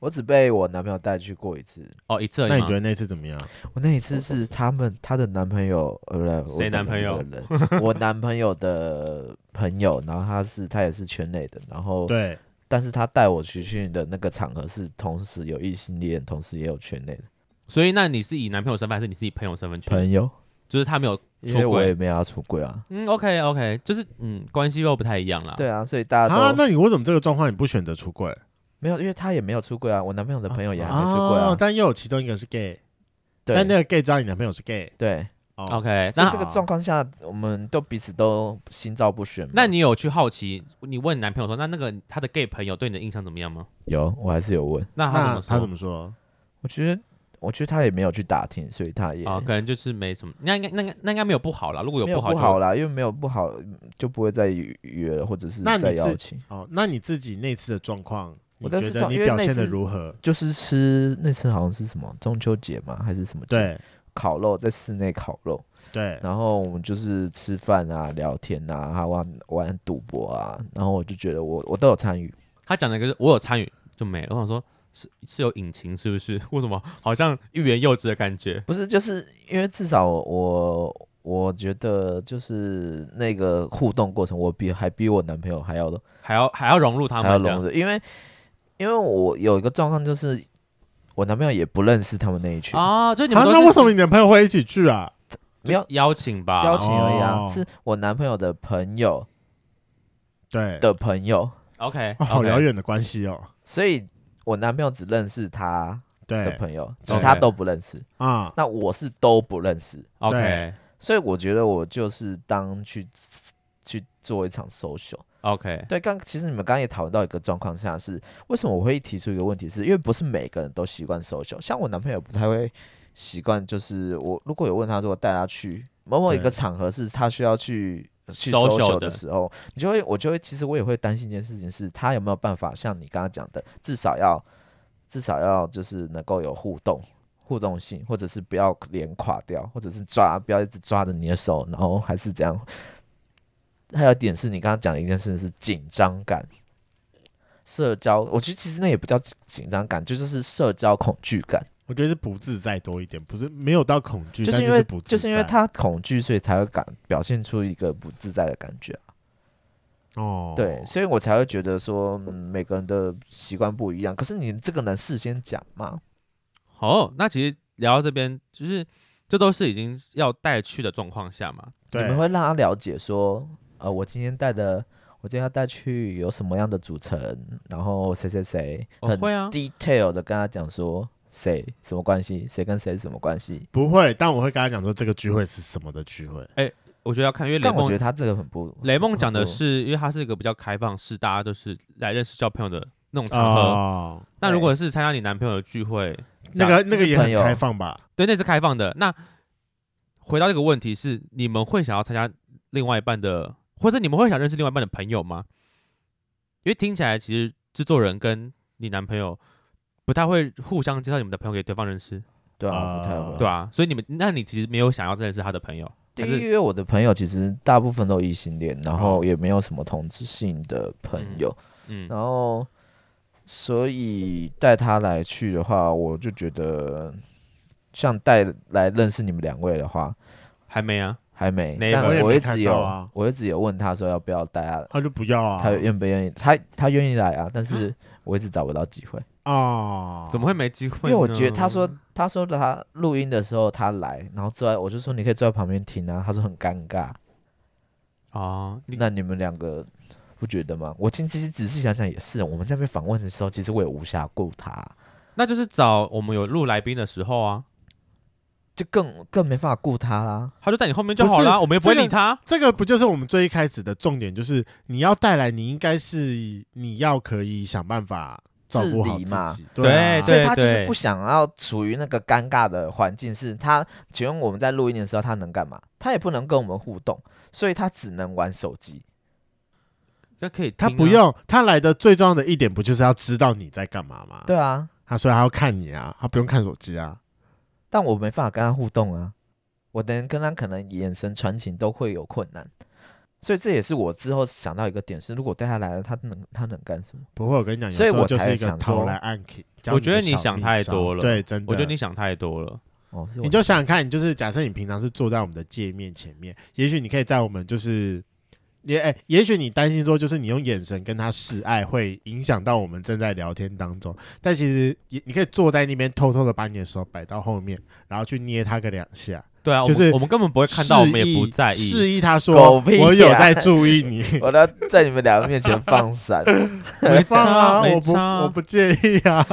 Speaker 3: 我只被我男朋友带去过一次，
Speaker 2: 哦，一次而
Speaker 1: 那
Speaker 2: 已
Speaker 1: 你
Speaker 2: 吗
Speaker 1: 觉得那次怎么样？
Speaker 3: 我那一次是他们她的男朋友，呃，不对，我
Speaker 2: 谁男朋友
Speaker 3: 的人？ *laughs* 我男朋友的朋友，然后他是他也是圈内的，然后
Speaker 1: 对，
Speaker 3: 但是他带我去去的那个场合是同时有异性恋，同时也有圈内的
Speaker 2: 所以那你是以男朋友身份还是你自己朋友身份去？
Speaker 3: 朋友，
Speaker 2: 就是他没有，
Speaker 3: 因为
Speaker 2: 出轨
Speaker 3: 我也没有要出轨啊，
Speaker 2: 嗯，OK OK，就是嗯，关系又不太一样啦。
Speaker 3: 对啊，所以大家
Speaker 1: 啊，
Speaker 3: 都
Speaker 1: 那你为什么这个状况你不选择出柜？
Speaker 3: 没有，因为他也没有出轨啊，我男朋友的朋友也还没出轨
Speaker 1: 哦
Speaker 3: 啊，
Speaker 1: 但又有其中一个是 gay，但那
Speaker 3: 对
Speaker 1: 个 gay 知道你男朋友是 gay，
Speaker 3: 对，
Speaker 1: 哦，
Speaker 2: ，OK，
Speaker 3: 那
Speaker 2: 那
Speaker 3: 这个状况下，我们都彼此都心照不宣嘛。
Speaker 2: 那你有去好奇，你问你男朋友说，那那个他的 gay 朋友对你的印象怎么样吗？
Speaker 3: 有，我还是有问，
Speaker 2: 那他怎
Speaker 1: 那
Speaker 2: 么
Speaker 1: 他
Speaker 2: 说
Speaker 1: 怎？么说？
Speaker 3: 我觉得，我觉得他也没有去打听，所以他也
Speaker 2: 啊，可能就是没什么，那应该那应该那应该没有不好啦。如果有
Speaker 3: 没有
Speaker 2: 不好
Speaker 3: 不
Speaker 2: 就
Speaker 3: 好啦，因为没有不好就不会再约了，或者是
Speaker 1: 那你
Speaker 3: 再
Speaker 1: 自
Speaker 3: 邀请。
Speaker 1: 哦，那你自己那次的状况，你
Speaker 3: 我那次
Speaker 1: 觉得
Speaker 3: 状
Speaker 1: 你
Speaker 3: 因为
Speaker 1: 表
Speaker 3: 那
Speaker 1: 现的
Speaker 3: 次
Speaker 1: 如何？
Speaker 3: 就是吃那次好像是什么中秋节嘛，还是什么节？
Speaker 1: 对
Speaker 3: 烤肉在室内烤肉，
Speaker 1: 对，
Speaker 3: 然后我们就是吃饭啊、聊天啊，还玩玩赌博啊，然后我就觉得我我都有参与，
Speaker 2: 他讲了一个是我有参与就没了，我想说是是有隐情是不是？ *laughs* 为什么好像欲言又止的感觉？
Speaker 3: 不是，就是因为至少我我觉得就是那个互动过程，我比还比我男朋友还要
Speaker 2: 还要还要融入他
Speaker 3: 还要
Speaker 2: 们这
Speaker 3: 融
Speaker 2: 样
Speaker 3: 入，因为因为我有一个状况就是，我男朋友也不认识他们那一群，
Speaker 2: 啊？就是你
Speaker 1: 啊，
Speaker 2: 们都是
Speaker 1: 那为什么你男朋友会一起去啊？
Speaker 3: 没有
Speaker 2: 邀请吧？
Speaker 3: 邀请而已啊，
Speaker 1: 哦
Speaker 3: 是我男朋友的朋友
Speaker 1: 对，
Speaker 3: 的朋友，
Speaker 2: OK，
Speaker 1: 哦好
Speaker 2: OK
Speaker 1: 遥远的关系哦。
Speaker 3: 所以我男朋友只认识他的
Speaker 1: 对
Speaker 3: 朋友，
Speaker 1: 对
Speaker 3: 其他
Speaker 2: OK
Speaker 3: 都不认识。
Speaker 1: 啊，
Speaker 3: 那我是都不认识，
Speaker 2: OK
Speaker 1: 对
Speaker 3: 所以我觉得我就是当去去做一场 social。
Speaker 2: OK，
Speaker 3: 对，刚其实你们刚刚也讨论到一个状况下是，为什么我会提出一个问题是，因为不是每个人都习惯 social，像我男朋友不太会习惯，就是我如果有问他说我带他去某某一个
Speaker 1: 对
Speaker 3: 场合是他需要去。去
Speaker 2: social
Speaker 3: social
Speaker 2: 的
Speaker 3: 的时候，你就会，我就会，其实我也会担心一件事情是，他有没有办法像你刚刚讲的，至少要，至少要就是能够有互动，互动性，或者是不要脸垮掉，或者是抓，不要一直抓着你的手，然后还是怎样。还有一点是你刚刚讲的一件事是紧张感，社交，我觉得其实那也不叫紧张感，就就是社交恐惧感，
Speaker 1: 我觉得是不自在多一点，不是没有到恐惧，
Speaker 3: 就
Speaker 1: 但
Speaker 3: 是
Speaker 1: 是
Speaker 3: 因为
Speaker 1: 不自
Speaker 3: 就是因为
Speaker 1: 在
Speaker 3: 他恐惧，所以才会感表现出一个不自在的感觉啊。
Speaker 1: 哦，
Speaker 3: 对，所以我才会觉得说、嗯每个人的习惯不一样。可是你这个能事先讲吗？
Speaker 2: 好，那其实聊到这边，就是这都是已经要带去的状况下嘛。
Speaker 3: 你
Speaker 1: 对，
Speaker 3: 们会让他了解说，呃，我今天带的，我今天要带去有什么样的组成，然后谁谁谁，
Speaker 2: 我
Speaker 3: 很
Speaker 2: 会啊，
Speaker 3: detail 的跟他讲说谁什么关系，谁跟谁是什么关系。
Speaker 1: 不会，但我会跟他讲说这个聚会是什么的聚会，
Speaker 2: 我觉得要看，因为雷
Speaker 3: 但我觉
Speaker 2: 梦
Speaker 3: 得他嗯这个很不，
Speaker 2: 雷梦讲的
Speaker 3: 很不
Speaker 2: 是，因为他是一个比较开放式，大家都是来认识交朋友的那种场合。
Speaker 1: 哦，
Speaker 2: 那如果是参加你男朋友的聚会，
Speaker 1: 那个那个也
Speaker 3: 朋
Speaker 1: 很
Speaker 3: 友
Speaker 1: 开放吧？
Speaker 2: 对，那是开放的。那回到这个问题是，你们会想要参加另外一半的，或者你们会想认识另外一半的朋友吗？因为听起来其实制作人跟你男朋友不太会互相介绍你们的朋友给对方认识，
Speaker 3: 对啊，
Speaker 1: 啊
Speaker 3: 不太会。
Speaker 2: 对啊，所以你们，那你其实没有想要认识他的朋友，
Speaker 3: 第
Speaker 2: 还
Speaker 3: 一，
Speaker 2: 是啊
Speaker 3: 因为我的朋友其实大部分都异性恋，然后也没有什么同质性的朋友，
Speaker 2: 嗯，
Speaker 3: 然后所以带他来去的话，我就觉得像带来认识你们两位的话，
Speaker 2: 还没啊，
Speaker 3: 还没。
Speaker 2: Never
Speaker 3: 但
Speaker 2: 我也
Speaker 1: 没
Speaker 3: 我一
Speaker 1: 看
Speaker 3: 直
Speaker 1: 到
Speaker 3: 有，
Speaker 1: 啊
Speaker 3: 我一直有问他说要不要带他，
Speaker 1: 他就不要啊，
Speaker 3: 他
Speaker 2: 哦
Speaker 3: 愿不愿意，他他愿意来啊，但是我一直找不到机会。
Speaker 1: 哦，
Speaker 2: 怎么会没机会
Speaker 3: 因
Speaker 2: 呢？
Speaker 3: 为我觉得他说他说他录音的时候他来，然后坐在我就说你可以坐在旁边听啊，他说很尴尬。
Speaker 2: 哦，你
Speaker 3: 那你们两个不觉得吗？我今其实仔细想想也是，我们在被访问的时候，其实我也无暇顾他，
Speaker 2: 那就是找我们有录来宾的时候啊，
Speaker 3: 就更更没办法顾他啦。
Speaker 2: 他就在你后面就好
Speaker 1: 不
Speaker 2: 啦，
Speaker 1: 是
Speaker 2: 我们也不会
Speaker 1: 这个
Speaker 2: 理他。
Speaker 1: 这个不就是我们最一开始的重点？就是你要带来，你应该是你要可以想办法照顾好
Speaker 3: 自理
Speaker 1: 自
Speaker 3: 嘛
Speaker 1: 己，啊
Speaker 3: 所
Speaker 2: 对
Speaker 3: 以他就是
Speaker 2: 对
Speaker 3: 不想要处于那个尴尬的环境，是他。请问我们在录音的时候，他能干嘛？他也不能跟我们互动，所以他只能玩手机。
Speaker 2: 那可以、啊
Speaker 1: 他不，用他来的最重要的一点，不就是要知道你在干嘛吗？
Speaker 3: 对啊，
Speaker 1: 他所以他要看你啊，他不用看手机啊。
Speaker 3: 但我没办法跟他互动啊，我能跟他可能眼神传情都会有困难，所以这也是我之后想到一个点是，如果对他来了，他能他能干什么？
Speaker 1: 不会，我跟你讲，有
Speaker 3: 所以
Speaker 1: 时候
Speaker 3: 我
Speaker 1: 就是
Speaker 3: 才
Speaker 1: 一个
Speaker 3: 想
Speaker 1: 偷
Speaker 3: 说
Speaker 1: 来暗 k
Speaker 2: 我觉得你想太多了
Speaker 1: 对，真的。
Speaker 2: 我觉得你想太多了。
Speaker 3: 哦，是我
Speaker 1: 你就想想看，你就是假设你平常是坐在我们的界面前面，也许你可以在我们就是也哎、也许你担心说，就是你用眼神跟他示爱会影响到我们正在聊天当中，但其实也你可以坐在那边偷偷的把你的手摆到后面，然后去捏他个两下，
Speaker 2: 对啊，我
Speaker 1: 就是
Speaker 2: 们我们根本不会看到，我们也不在意。
Speaker 1: 示意他说
Speaker 3: 狗屁啊
Speaker 1: 我有在注意你，
Speaker 3: 我要在你们两个面前放闪，
Speaker 1: 没放啊，
Speaker 2: *laughs* 没
Speaker 1: 我不
Speaker 2: 差啊
Speaker 1: 我不介意啊，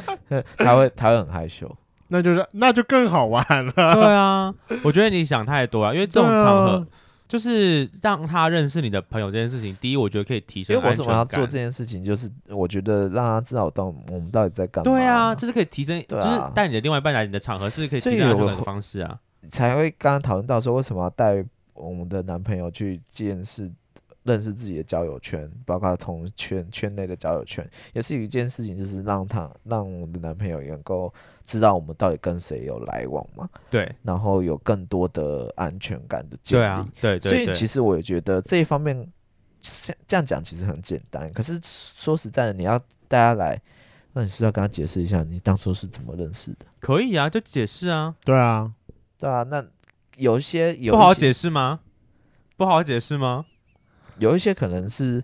Speaker 3: 他会他会很害羞。
Speaker 1: 那就是那就更好玩了，
Speaker 2: 对啊，我觉得你想太多了，因为这种场
Speaker 1: 对
Speaker 2: 合
Speaker 1: 啊。
Speaker 2: 就是让他认识你的朋友这件事情，第一，我觉得可以提
Speaker 3: 因
Speaker 2: 升
Speaker 3: 为为
Speaker 2: 安
Speaker 3: 什
Speaker 2: 全
Speaker 3: 么
Speaker 2: 感。
Speaker 3: 要做这件事情，就是我觉得让他知道到我们到底在干嘛，
Speaker 2: 对啊，，这是可以提升，
Speaker 3: 对
Speaker 2: 就
Speaker 3: 啊
Speaker 2: 是带你的另外一半来你的场合是可以
Speaker 3: 所
Speaker 2: 提
Speaker 3: 以
Speaker 2: 升安
Speaker 3: 我
Speaker 2: 全感的方式啊。
Speaker 3: 才会刚刚讨论到说为什么要带我们的男朋友去见识、认识自己的交友圈，包括同圈圈内的交友圈，也是有一件事情，就是让他让我们的男朋友也能够知道我们到底跟谁有来往嘛，
Speaker 2: 对，
Speaker 3: 然后有更多的安全感的建
Speaker 2: 对
Speaker 3: 立。
Speaker 2: 啊，对对
Speaker 3: 所以
Speaker 2: 对，
Speaker 3: 其实我也觉得这一方面，像这样讲其实很简单，可是说实在的，你要大家来，呃那你是不是要跟他解释一下你当初是怎么认识的？
Speaker 2: 可以啊，就解释啊，
Speaker 1: 对啊，
Speaker 3: 对啊，那有一些有
Speaker 2: 不好
Speaker 3: 一些
Speaker 2: 解释吗？不好解释吗？
Speaker 3: 有一些可能是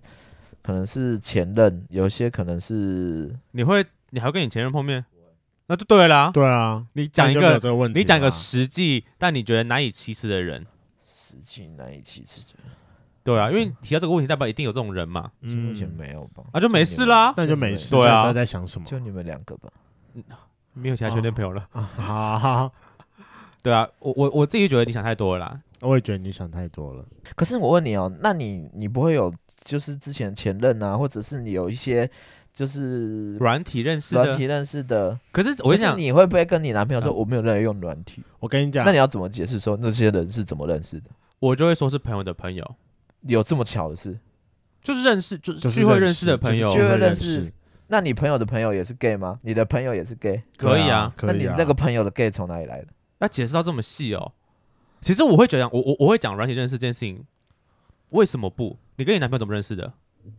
Speaker 3: 可能是前任，有一些可能是
Speaker 2: 你会，你还会跟你前任碰面，那就对 *laughs* 啦。
Speaker 1: 对啊，
Speaker 2: 你讲一
Speaker 1: 那就没有
Speaker 2: 个，
Speaker 1: 这个问题，啊
Speaker 2: 你讲一个。实际，但你觉得难以启齿的人，
Speaker 3: 实际难以启齿的，
Speaker 2: 对啊，因
Speaker 3: 嗯
Speaker 2: 为你提到这个问题，代表一定有这种人嘛，
Speaker 3: 就目
Speaker 1: 嗯，
Speaker 3: 前没有吧？
Speaker 2: 那就没事啦，
Speaker 1: 那就没事。
Speaker 2: 对啊
Speaker 1: 这样大家在想什么？
Speaker 3: 就你们，就你们两个吧。
Speaker 2: 没有其他圈内朋友了。
Speaker 1: 啊，好好好，
Speaker 2: 对啊，我我我自己觉得你想太多了啦。
Speaker 1: 我也觉得你想太多了。
Speaker 3: 可是我问你哦，那你你不会有就是之前前任啊，或者是你有一些就是
Speaker 2: 软体认识
Speaker 3: 嗯软
Speaker 2: 的
Speaker 3: 体，认识的？
Speaker 2: 可是我跟
Speaker 3: 可
Speaker 2: 你
Speaker 3: 是
Speaker 2: 讲，
Speaker 3: 你会不会跟你男朋友说
Speaker 2: 嗯
Speaker 3: 我没有任何用软体？
Speaker 1: 我跟你讲
Speaker 3: 那，你要怎么解释说那些人是怎么认识的？
Speaker 2: 我就会说是朋友的朋友，
Speaker 3: 有这么巧的事？
Speaker 2: 就是认识，就
Speaker 1: 就是是
Speaker 2: 聚会
Speaker 1: 认
Speaker 2: 认
Speaker 1: 识
Speaker 2: 识的
Speaker 1: 就是
Speaker 2: 朋友
Speaker 1: 聚
Speaker 3: 就
Speaker 1: 会
Speaker 3: 会认
Speaker 1: 认
Speaker 3: 识
Speaker 1: 识。
Speaker 3: 那你朋友的朋友也是 gay 吗？你的朋友也是 gay？
Speaker 2: 可以
Speaker 1: 对
Speaker 2: 啊。
Speaker 1: 可以
Speaker 3: 那
Speaker 1: 啊。
Speaker 3: 你那个朋友的 gay 从哪里来的？
Speaker 2: 要解释到这么细哦，其实我会觉得，我我我会讲软体认识这件事情，为什么不？你跟你男朋友怎么认识的？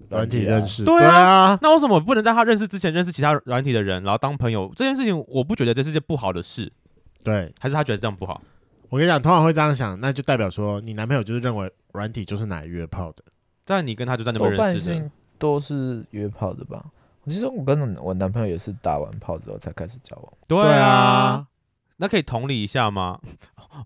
Speaker 1: 软体
Speaker 3: 啊
Speaker 1: 认识，
Speaker 2: 对啊
Speaker 1: 对啊，
Speaker 2: 那为什么不能在他认识之前认识其他软体的人，然后当朋友？这件事情我不觉得这是件不好的事，
Speaker 1: 对
Speaker 2: 还是他觉得这样不好？
Speaker 1: 我跟你讲，通常会这样想，那就代表说你男朋友就是认为软体就是拿来约炮的。
Speaker 2: 但你跟他就在那
Speaker 3: 多
Speaker 2: 边认
Speaker 3: 半
Speaker 2: 识的，
Speaker 3: 性都是约炮的吧。其实我跟我男朋友也是打完炮之后才开始交往，
Speaker 2: 对
Speaker 1: 对
Speaker 2: 啊，，那可以同理一下吗？ *laughs*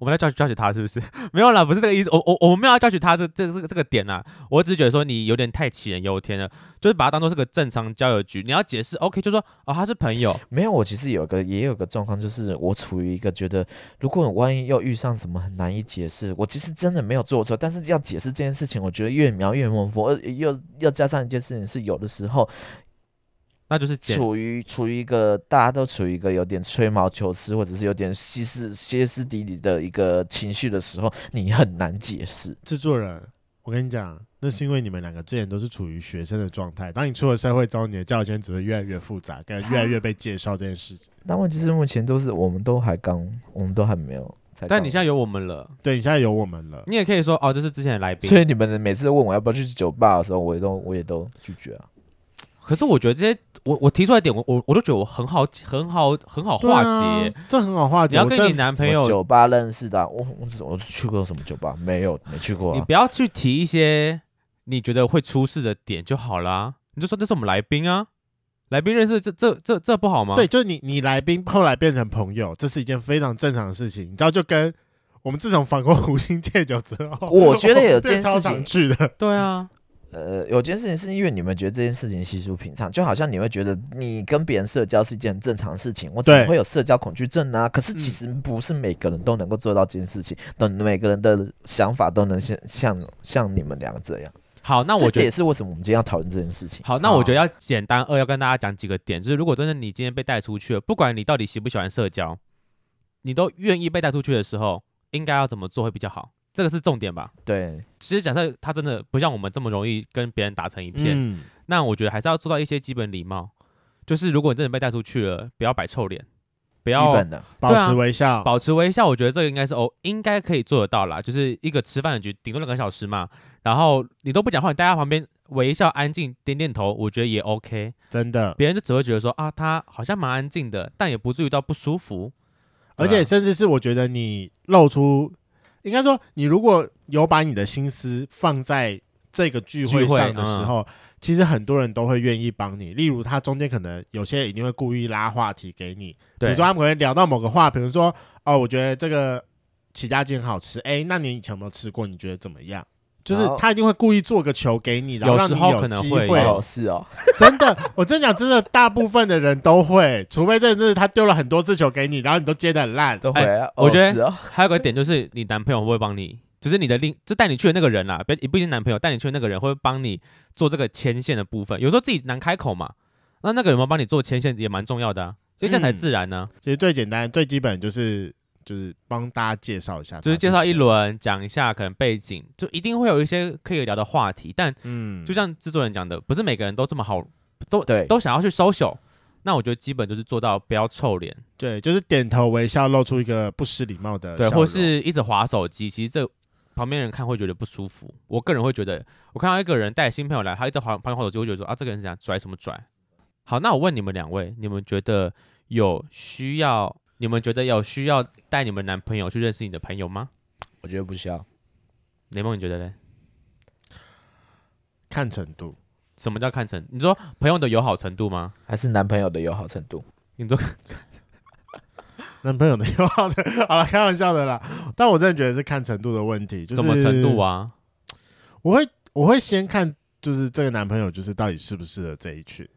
Speaker 2: 我们来教教训他是不是？ *laughs* 没有啦，不是这个意思。我我我们没有要教训他这这这个这个点啊，我只是觉得说你有点太杞人忧天了，就是把它当做是个正常交友局。你要解释 OK，就说哦他是朋友，
Speaker 3: 没有。我其实有个也有个状况，就是我处于一个觉得，如果万一又遇上什么很难以解释，我其实真的没有做错，但是要解释这件事情，我觉得越描越模糊，而又又加上一件事情是，有的时候
Speaker 2: 那就是简
Speaker 3: 处于处于一个大家都处于一个有点吹毛求疵，或者是有点歇斯歇斯底里的一个情绪的时候，你很难解释。
Speaker 1: 制作人，我跟你讲，那是因为你们两个之前都是处于学生的状态，当你出了社会之后，你的交友圈只会越来越复杂，跟越来越被介绍这件事情。
Speaker 3: 但问题是，目前都是我们都还刚，我们都还没有。
Speaker 2: 但你现在有我们了，
Speaker 1: 对你现在有我们了，
Speaker 2: 你也可以说哦，这是之前的来宾
Speaker 3: 所。以你们每次问我要不要去酒吧的时候，我也都我也都拒绝啊。
Speaker 2: 可是我觉得这些，我我提出来的点，我我我都觉得我很好，很好，很好
Speaker 1: 对
Speaker 2: 化解。
Speaker 1: 啊，这很好化
Speaker 2: 你
Speaker 1: 解。
Speaker 2: 要
Speaker 1: 我
Speaker 2: 跟
Speaker 1: 真
Speaker 2: 你男朋
Speaker 3: 什么
Speaker 2: 友，
Speaker 3: 酒吧认识的啊、我我我去过什么酒吧？没有，没去过
Speaker 2: 你
Speaker 3: 啊。
Speaker 2: 不要去提一些你觉得会出事的点就好啦。你就说这是我们来宾啊，来宾认识这这这这不好吗？
Speaker 1: 对，，就是你你来宾后来变成朋友，这是一件非常正常的事情。你知道，就跟我们自从访过湖心戒酒之后，
Speaker 3: 我觉得有件
Speaker 1: *laughs* 变超
Speaker 3: 事
Speaker 1: 常
Speaker 3: 情，
Speaker 1: 去的，
Speaker 2: 对啊，
Speaker 3: 呃，有件事情是因为你们觉得这件事情稀疏平常，就好像你会觉得你跟别人社交是一件很正常的事情，我怎么
Speaker 1: 对
Speaker 3: 会有社交恐惧症呢？可是
Speaker 1: 嗯
Speaker 3: 其实不是每个人都能够做到这件事情，等每个人的想法都能像像像你们两个这样。
Speaker 2: 好，那
Speaker 3: 所以
Speaker 2: 我
Speaker 3: 这
Speaker 2: 觉得。
Speaker 3: 也是为什么我们今天要讨论这件事情。
Speaker 2: 好，那我
Speaker 1: 好
Speaker 2: 觉得要简单二要跟大家讲几个点，就是如果真的你今天被带出去了，不管你到底喜不喜欢社交，你都愿意被带出去的时候，应该要怎么做会比较好？这个是重点吧？
Speaker 3: 对，
Speaker 2: 其实假设他真的不像我们这么容易跟别人打成一片，
Speaker 1: 嗯，
Speaker 2: 那我觉得还是要做到一些基本礼貌，就是如果你真的被带出去了，不要摆臭脸，不
Speaker 3: 基
Speaker 2: 要
Speaker 3: 本的，
Speaker 1: 保持微笑，
Speaker 2: 保持微笑。我觉得这个应该是哦，应该可以做得到啦。就是一个吃饭的局，顶多两个小时嘛，然后你都不讲话，你待在旁边微笑、安静、点点头，我觉得也 OK。
Speaker 1: 真的。
Speaker 2: 别人就只会觉得说啊，他好像蛮安静的，但也不至于到不舒服。
Speaker 1: 而
Speaker 2: 对啊
Speaker 1: 且甚至是我觉得你露出，应该说你如果有把你的心思放在这个聚会
Speaker 2: 聚会嗯
Speaker 1: 上的时候，其实很多人都会愿意帮你。例如他中间可能有些人一定会故意拉话题给你，比
Speaker 2: 对
Speaker 1: 如说他们可能聊到某个话，比如说哦，我觉得这个起家鸡很好吃，哎，那你以前有没有吃过？你觉得怎么样？就是
Speaker 3: 然后
Speaker 1: 他一定会故意做个球给你，然后让你
Speaker 2: 有时候可能
Speaker 1: 机
Speaker 2: 会
Speaker 1: 会
Speaker 2: 有
Speaker 3: 哦，是哦，
Speaker 1: 真的，我真讲真的，大部分的人都会，除非真的是他丢了很多次球给你，然后你都接的很烂。
Speaker 3: 都会
Speaker 2: 哎
Speaker 3: 啊，
Speaker 2: 我
Speaker 3: 哦
Speaker 2: 觉得
Speaker 3: 是哦，
Speaker 2: 还有个点就是，你男朋友会不会帮你？就是你的另就带你去的那个人啦，不也不一定是男朋友，带你去的那个人会不会帮你做这个牵线的部分。有时候自己难开口嘛，那那个人有没有帮你做牵线也蛮重要的啊，所以这样才
Speaker 1: 嗯
Speaker 2: 自然呢、
Speaker 1: 其实最简单、最基本就是就是帮大家介绍一下，
Speaker 2: 就是介绍一，轮，讲一下可能背景，就一定会有一些可以聊的话题。但
Speaker 1: 嗯，
Speaker 2: 就像制作人讲的，不是每个人都这么好，都
Speaker 3: 对
Speaker 2: 都想要去 social。那我觉得基本就是做到不要臭脸，
Speaker 1: 对，就是点头微笑，露出一个不失礼貌的
Speaker 2: 对，
Speaker 1: 笑
Speaker 2: 或
Speaker 1: 容
Speaker 2: 是一直划手机，其实这旁边人看会觉得不舒服。我个人会觉得，我看到一个人带新朋友来，他一直划旁边划手机，我会觉得说啊，这个人是想拽什么拽。好，那我问你们两位，你们觉得有需要？你们觉得有需要带你们男朋友去认识你的朋友吗？
Speaker 3: 我觉得不需要，
Speaker 2: 雷梦，你觉得嘞？
Speaker 1: 看程度，
Speaker 2: 什么叫看成？你说朋友的友好程度吗？
Speaker 3: 还是男朋友的友好程度，
Speaker 2: 你说
Speaker 1: 男朋友的友好的， *laughs* 好了，开玩笑的啦。但我真的觉得是看程度的问题，就是
Speaker 2: 什么程度？啊？
Speaker 1: 我会我会先看，就是这个男朋友就是到底适不适合这一群，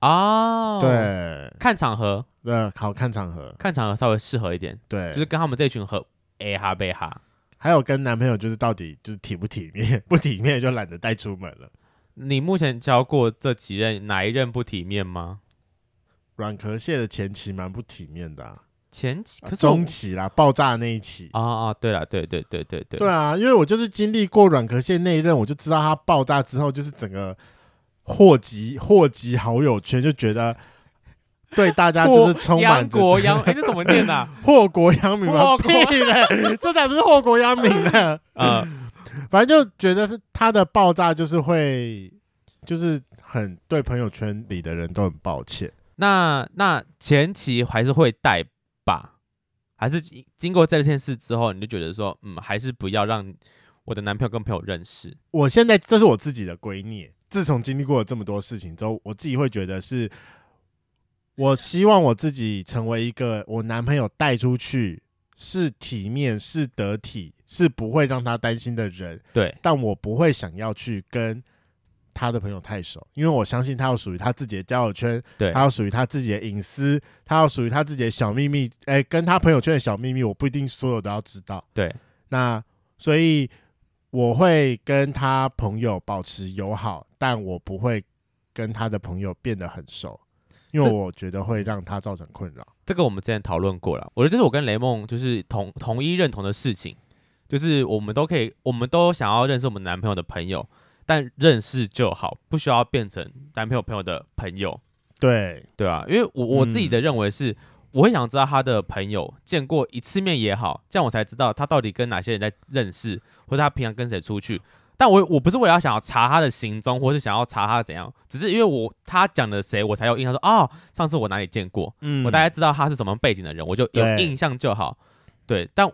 Speaker 2: 哦，，
Speaker 1: 对，
Speaker 2: 看场合，
Speaker 1: 呃，好看场合，
Speaker 2: 看场合稍微适合一点，
Speaker 1: 对，
Speaker 2: 就是跟他们这群合 A 哈贝哈。
Speaker 1: 还有跟男朋友就是到底就是体不体面， *laughs* 不体面就懒得带出门了。
Speaker 2: 你目前交过这几任，哪一任不体面吗？
Speaker 1: 软壳蟹的前期蛮不体面的、啊，
Speaker 2: 前期，可是我
Speaker 1: 中期啦，爆炸那一期。
Speaker 2: 啊啊，对了，对对对对对，
Speaker 1: 对啊，因为我就是经历过软壳蟹那一任，我就知道它爆炸之后，就是整个祸及祸及好友圈，就觉得对大家就是充满
Speaker 2: 杨
Speaker 1: 着
Speaker 2: 国央，哎，这怎么念的？
Speaker 1: *laughs* 祸国殃民吗？
Speaker 2: 祸国
Speaker 1: 屁嘞，这才不是祸国殃民呢。
Speaker 2: 呃，
Speaker 1: 反正就觉得他的爆炸就是会，就是很对朋友圈里的人都很抱歉。
Speaker 2: 那那前期还是会带吧，还是经经过这件事之后，你就觉得说，嗯，还是不要让我的男朋友跟朋友认识。
Speaker 1: 我现在这是我自己的归臬，自从经历过了这么多事情之后，我自己会觉得是，我希望我自己成为一个我男朋友带出去是体面、是得体、是不会让他担心的人，
Speaker 2: 对，
Speaker 1: 但我不会想要去跟。他的朋友太熟，因为我相信他有属于他自己的交友圈，
Speaker 2: 对
Speaker 1: 他有属于他自己的隐私，他有属于他自己的小秘密。哎、跟他朋友圈的小秘密，我不一定所有都要知道。
Speaker 2: 对，
Speaker 1: 那所以我会跟他朋友保持友好，但我不会跟他的朋友变得很熟，因为
Speaker 2: 这嗯
Speaker 1: 我觉得会让他造成困扰。
Speaker 2: 这个我们之前讨论过了，我觉得这是我跟雷梦就是同同一认同的事情，就是我们都可以，我们都想要认识我们男朋友的朋友，但认识就好，不需要变成男朋友朋友的朋友，
Speaker 1: 对，
Speaker 2: 对啊，因为我我自己的认为是，我会想知道他的朋友见过一次面也好，这样我才知道他到底跟哪些人在认识，或者他平常跟谁出去。但我我不是为了想要查他的行踪，或是想要查他怎样，只是因为我他讲的谁，我才有印象说哦，上次我哪里见过，
Speaker 1: 嗯
Speaker 2: 我大概知道他是什么背景的人，我就有
Speaker 1: 对
Speaker 2: 印象就好。对，但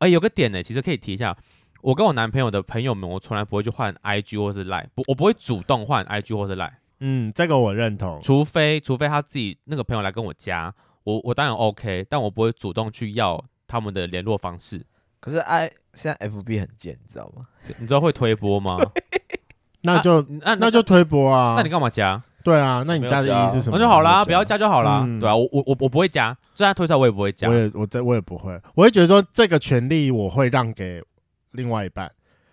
Speaker 2: 哎、有个点呢，其实可以提一下。我跟我男朋友的朋友们，我从来不会去换 IG 或是 Line，不，我不会主动换 IG 或是 Line，
Speaker 1: 嗯，这个我认同。
Speaker 2: 除非除非他自己那个朋友来跟我加，我我当然 OK，但我不会主动去要他们的联络方式。
Speaker 3: 可是 I 现在 FB 很贱，你知道吗？
Speaker 2: 你知道会推播吗？ *laughs*
Speaker 1: 那就、
Speaker 2: 啊那
Speaker 1: 那就推播啊。
Speaker 2: 那你干嘛加？
Speaker 1: 对啊，那你加的
Speaker 3: 没有
Speaker 1: 意
Speaker 3: 加
Speaker 1: 义是什么？
Speaker 2: 那就好啦，
Speaker 1: 我
Speaker 2: 不要加就好啦，
Speaker 1: 嗯
Speaker 2: 对吧、啊？我我我我不会加，就算他推出来我也不会加
Speaker 1: 我。也我这我也不会，我会觉得说这个权利我会让给另外一半。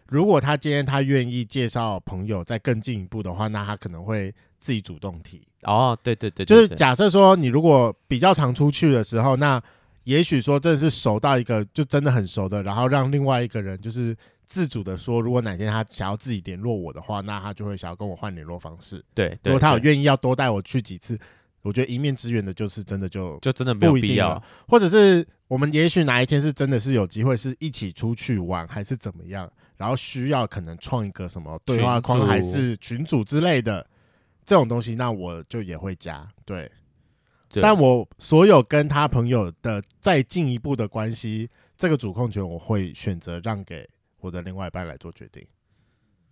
Speaker 1: 如果他今天他愿意介绍朋友再更进一步的话，那他可能会自己主动提。
Speaker 2: 哦，对对对
Speaker 1: 就是
Speaker 2: 对对
Speaker 1: 假设说你如果比较常出去的时候，那也许说真的是熟到一个就真的很熟的，然后让另外一个人就是自主的说，如果哪天他想要自己联络我的话，那他就会想要跟我换联络方式。
Speaker 2: 对
Speaker 1: 如
Speaker 2: 对，
Speaker 1: 果他有
Speaker 2: 对
Speaker 1: 愿意要多带我去几次，我觉得一面之缘的，就是真的就
Speaker 2: 就真的没有
Speaker 1: 不一
Speaker 2: 必
Speaker 1: 定啊
Speaker 2: 要
Speaker 1: 了。或者是我们也许哪一天是真的是有机会是一起出去玩，还是怎么样，然后需要可能创一个什么对话框
Speaker 2: 群组
Speaker 1: 还是群组之类的这种东西，那我就也会加。对，
Speaker 2: 对
Speaker 1: 但我所有跟他朋友的再进一步的关系，这个主控权我会选择让给我的另外一半来做决定。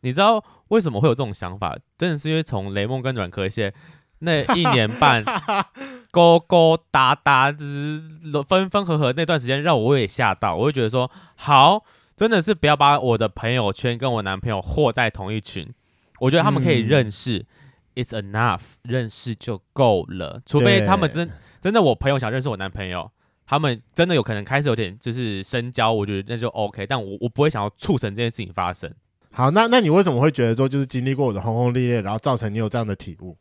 Speaker 2: 你知道为什么会有这种想法？真的是因为从雷梦跟软壳蟹那一年
Speaker 1: *laughs*
Speaker 2: 半勾勾搭搭，就是分分合合那段时间，让我也吓到，我会觉得说，好，真的是不要把我的朋友圈跟我男朋友和在同一群。我觉得他们可以
Speaker 1: 嗯
Speaker 2: 认识、i t s enough，认识就够了。除非
Speaker 1: 对
Speaker 2: 他们真真的，我朋友想认识我男朋友，他们真的有可能开始有点就是深交，我觉得那就 OK，但我我不会想要促成这件事情发生。
Speaker 1: 好，那那你为什么会觉得说，就是经历过我的轰轰烈烈，然后造成你有这样的体悟？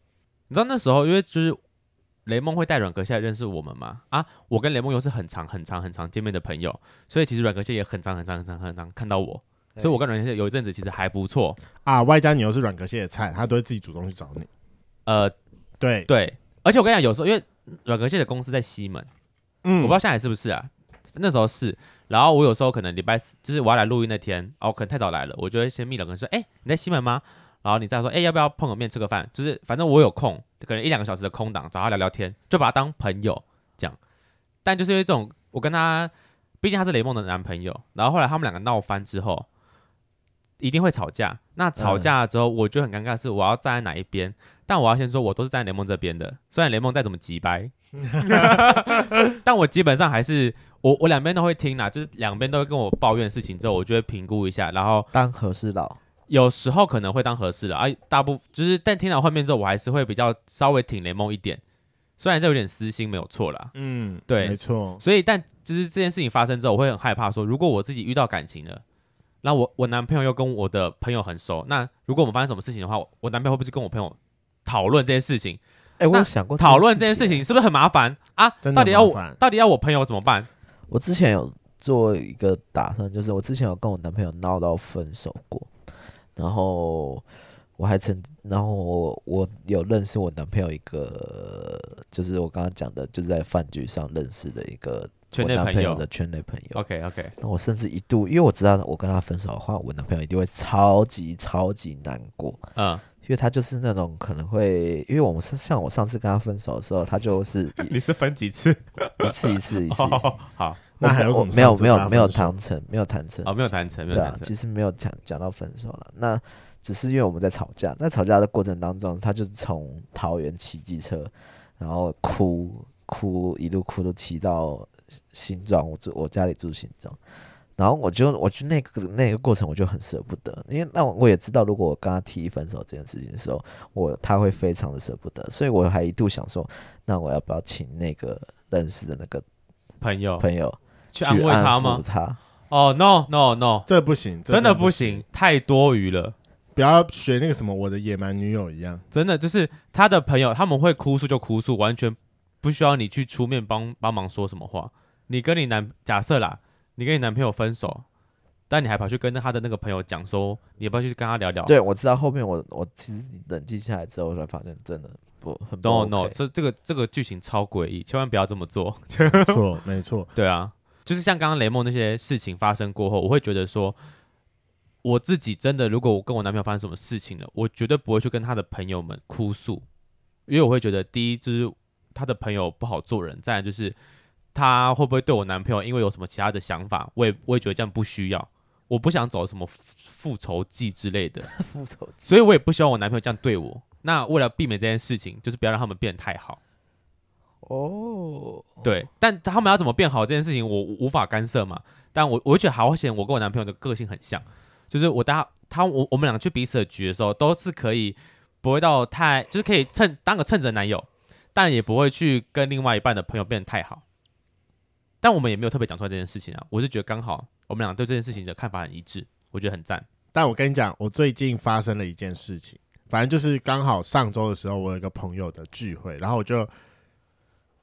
Speaker 2: 你知道那时候，因为就是雷蒙会带软壳蟹来认识我们嘛？啊，我跟雷蒙又是很长、很长、很长见面的朋友，所以其实软壳蟹也很长、很长、很长、很长看到我，所以我跟软壳蟹有一阵子其实还不错。
Speaker 1: 啊，外加你又是软壳蟹的菜，他都会自己主动去找你。
Speaker 2: 呃，
Speaker 1: 对，
Speaker 2: 对，而且我跟你讲，有时候因为软壳蟹的公司在西门，
Speaker 1: 嗯
Speaker 2: 我不知道现在还是不是啊？那时候是，然后我有时候可能礼拜四，就是我要来录音那天，哦，可能太早来了，我就会先密两个人说，哎、你在西门吗？然后你再说，哎、要不要碰个面吃个饭？就是反正我有空，可能一两个小时的空档，找他聊聊天，就把他当朋友这样。但就是因为这种，我跟他，毕竟他是雷梦的男朋友，然后后来他们两个闹翻之后，一定会吵架。那吵架之后，我觉得很尴尬，的是我要站在哪一边？但我要先说，我都是站在雷梦这边的，虽然雷梦再怎么急掰，但我基本上还是我我两边都会听啦，就是两边都会跟我抱怨事情之后，我就会评估一下，然后
Speaker 3: 当和事佬，
Speaker 2: 有时候可能会当合适的啊，大部就是但听到后面之后，我还是会比较稍微挺雷梦一点，虽然这有点私心没有错啦，
Speaker 1: 嗯，
Speaker 2: 对
Speaker 1: 没错，
Speaker 2: 所以但就是这件事情发生之后，我会很害怕说，如果我自己遇到感情了。那我我男朋友又跟我的朋友很熟，那如果我们发生什么事情的话，我我男朋友会不会去跟我朋友讨论这件事情？
Speaker 3: 哎，我
Speaker 2: 那
Speaker 3: 有想过
Speaker 2: 讨论这件事，情是不是很麻烦啊？
Speaker 1: 真的
Speaker 2: 到底要
Speaker 1: 很麻
Speaker 2: 我
Speaker 1: 烦
Speaker 2: 到底要我朋友怎么办？
Speaker 3: 我之前有做一个打算，就是我之前有跟我男朋友闹到分手过，然后我还曾，然后我我有认识我男朋友一个，就是我刚刚讲的，就是在饭局上认识的一个
Speaker 2: 圈内
Speaker 3: 我男
Speaker 2: 朋
Speaker 3: 朋
Speaker 2: 友哦
Speaker 3: 友的圈内朋友。
Speaker 2: OK OK，
Speaker 3: 那我甚至一度，因为我知道我跟他分手的话，我男朋友一定会超级超级难过，
Speaker 2: 嗯，
Speaker 3: 因为他就是那种可能会，因为我们是像我上次跟他分手的时候，他就是一
Speaker 2: 你是分几次？
Speaker 3: 一次一次一次，
Speaker 2: 哦好，
Speaker 1: 那还有什
Speaker 3: 我
Speaker 1: 么
Speaker 3: 没有
Speaker 1: 上次
Speaker 3: 没
Speaker 1: 跟他
Speaker 3: 有没有
Speaker 1: 分手
Speaker 3: 谈成，没有谈成
Speaker 2: 哦，没有谈成，没有
Speaker 3: 对啊
Speaker 2: 谈，成。
Speaker 3: 其实没有讲讲到分手了，那只是因为我们在吵架，那吵架的过程当中，他就是从桃园骑机车，然后哭哭一路哭都骑到新庄，我住我家里住新庄，然后我就我就那个那个过程我就很舍不得，因为那我也知道，如果我跟他提分手这件事情的时候，我他会非常的舍不得，所以我还一度想说，那我要不要请那个认识的那个
Speaker 2: 朋友
Speaker 3: 啊朋友
Speaker 2: 去安慰他
Speaker 3: 安
Speaker 2: 吗
Speaker 3: 抚？他
Speaker 2: 哦，no no no，
Speaker 1: 这不行，这
Speaker 2: 真的不
Speaker 1: 不，
Speaker 2: 行，太多余了。
Speaker 1: 不要学那个什么我的野蛮女友一样。
Speaker 2: 真的就是他的朋友，他们会哭诉就哭诉，完全不需要你去出面帮帮忙说什么话。你跟你男假设啦，你跟你男朋友分手，但你还跑去跟他的那个朋友讲说，你要不要去跟他聊聊？
Speaker 3: 对，我知道后面我我其实冷静下来之后，我才发现真的不很不、
Speaker 2: ，no
Speaker 3: OK、
Speaker 2: no，这这个这个剧情超诡异，千万不要这么做。
Speaker 1: 没错，没错，
Speaker 2: 对啊，就是像刚刚雷梦那些事情发生过后，我会觉得说，我自己真的，如果我跟我男朋友发生什么事情了，我绝对不会去跟他的朋友们哭诉，因为我会觉得，第一就是他的朋友不好做人，再来就是他会不会对我男朋友因为有什么其他的想法，我也我也觉得这样不需要，我不想走什么复复仇记之类的，
Speaker 3: 复仇记
Speaker 2: 所以我也不希望我男朋友这样对我。那为了避免这件事情，就是不要让他们变得太好。
Speaker 3: 哦，
Speaker 2: 对，但他们要怎么变好这件事情，我无法干涉嘛。但我我会觉得好险，我跟我男朋友的个性很像，就是我搭他我我们俩去彼此的局的时候，都是可以不会到太，就是可以趁当个趁着男友，但也不会去跟另外一半的朋友变得太好。但我们也没有特别讲出来这件事情啊，我是觉得刚好我们俩对这件事情的看法很一致，我觉得很赞。
Speaker 1: 但我跟你讲，我最近发生了一件事情，反正就是刚好上周的时候，我有一个朋友的聚会，然后我就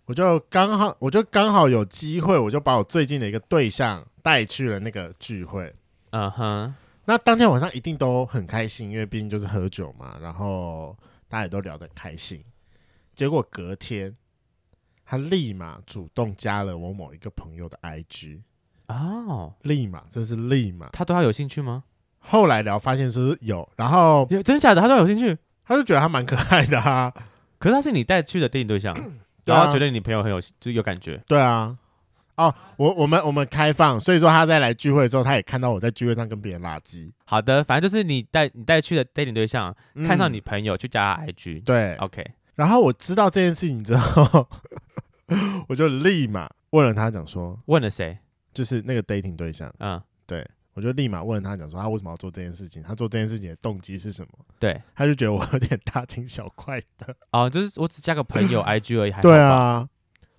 Speaker 1: 我就刚好我就刚好有机会，我就把我最近的一个对象带去了那个聚会。
Speaker 2: 嗯哼，
Speaker 1: 那当天晚上一定都很开心，因为毕竟就是喝酒嘛，然后大家也都聊得很开心。结果隔天，他立马主动加了我某一个朋友的 IG，
Speaker 2: 哦，
Speaker 1: 立马，这是立马。
Speaker 2: 他对他有兴趣吗？
Speaker 1: 后来聊发现是有，然后
Speaker 2: 有真假的，他对他有兴趣。
Speaker 1: 他就觉得他蛮可爱的啊， *laughs*
Speaker 2: 可是他是你带去的电
Speaker 1: *clears throat*
Speaker 2: 影对象，
Speaker 1: 对啊
Speaker 2: 然后觉得你朋友很有就有感觉，
Speaker 1: 对啊。哦，我我们我们开放，所以说他在来聚会之后，他也看到我在聚会上跟别人拉鸡，
Speaker 2: 好的，反正就是你带你带去的 dating 对象，
Speaker 1: 嗯
Speaker 2: 看上你哦朋友去加他 IG，
Speaker 1: 对，
Speaker 2: ，OK，
Speaker 1: 然后我知道这件事情之后， *laughs* 我就立马问了他，讲说，
Speaker 2: 问了谁？
Speaker 1: 就是那个 dating 对象，
Speaker 2: 嗯，
Speaker 1: 我就立马问他，讲说他啊为什么要做这件事情，他做这件事情的动机是什么？
Speaker 2: 对，
Speaker 1: 他就觉得我有点大惊小怪
Speaker 2: *laughs*
Speaker 1: 的。
Speaker 2: 哦，就是我只加个朋
Speaker 1: *clears throat*
Speaker 2: 友 IG 而已，还好
Speaker 1: 对
Speaker 2: 吧，
Speaker 1: 啊，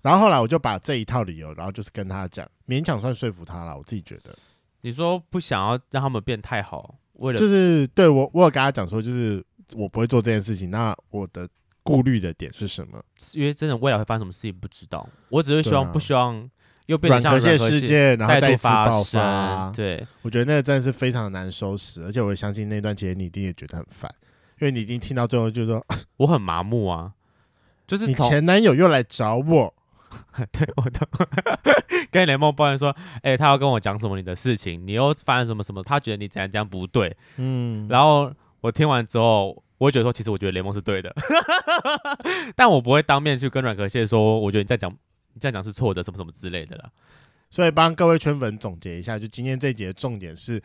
Speaker 1: 然后后来我就把这一套理由，然后就是跟他讲，勉强算说服他了。我自己觉得，
Speaker 2: 你说不想要让他们变太好，为了
Speaker 1: 就是对我，我有跟他讲说，就是我不会做这件事情，那我的顾虑的点是什么？
Speaker 2: 因为真的未来会发生什么事情不知道，我只是希望、
Speaker 1: 对啊
Speaker 2: 不希望又变
Speaker 1: 软
Speaker 2: 得像
Speaker 1: 壳
Speaker 2: 软
Speaker 1: 蟹
Speaker 2: 壳
Speaker 1: 事
Speaker 2: 蟹
Speaker 1: 件，然后
Speaker 2: 再
Speaker 1: 再
Speaker 2: 度
Speaker 1: 次爆
Speaker 2: 生，
Speaker 1: 发，
Speaker 2: 对，
Speaker 1: 我觉得那个真的是非常难收拾，而且我相信那段期间你一定也觉得很烦，因为你一定听到最后就说
Speaker 2: 我很麻木啊，就是
Speaker 1: 你
Speaker 2: 同
Speaker 1: 前男友又来找我，
Speaker 2: *laughs* 对我都 *laughs* 跟雷梦抱怨说，哎、他要跟我讲什么你的事情，你又发生什么什么，他觉得你怎样怎样不对，
Speaker 1: 嗯，
Speaker 2: 然后我听完之后。我会觉得说，其实我觉得雷梦是对的， *laughs* 但我不会当面去跟软壳蟹说，我觉得你在讲，你这样讲是错的，什么什么之类的啦。
Speaker 1: 所以帮各位圈粉总结一下，就今天这一节的重点是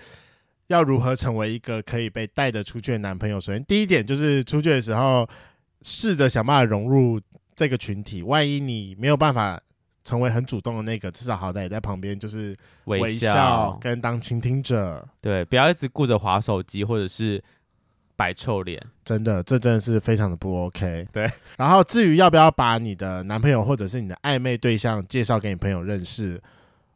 Speaker 1: 要如何成为一个可以被带得出去的男朋友。首先，第一点就是出去的时候，试着想办法融入这个群体。万一你没有办法成为很主动的那个，至少好歹也在旁边就是微笑跟当倾听者。
Speaker 2: 对，不要一直顾着划手机或者是摆臭脸。
Speaker 1: 真的，这真的是非常的不 *laughs* OK。
Speaker 2: 对，
Speaker 1: 然后至于要不要把你的男朋友或者是你的暧昧对象介绍给你朋友认识，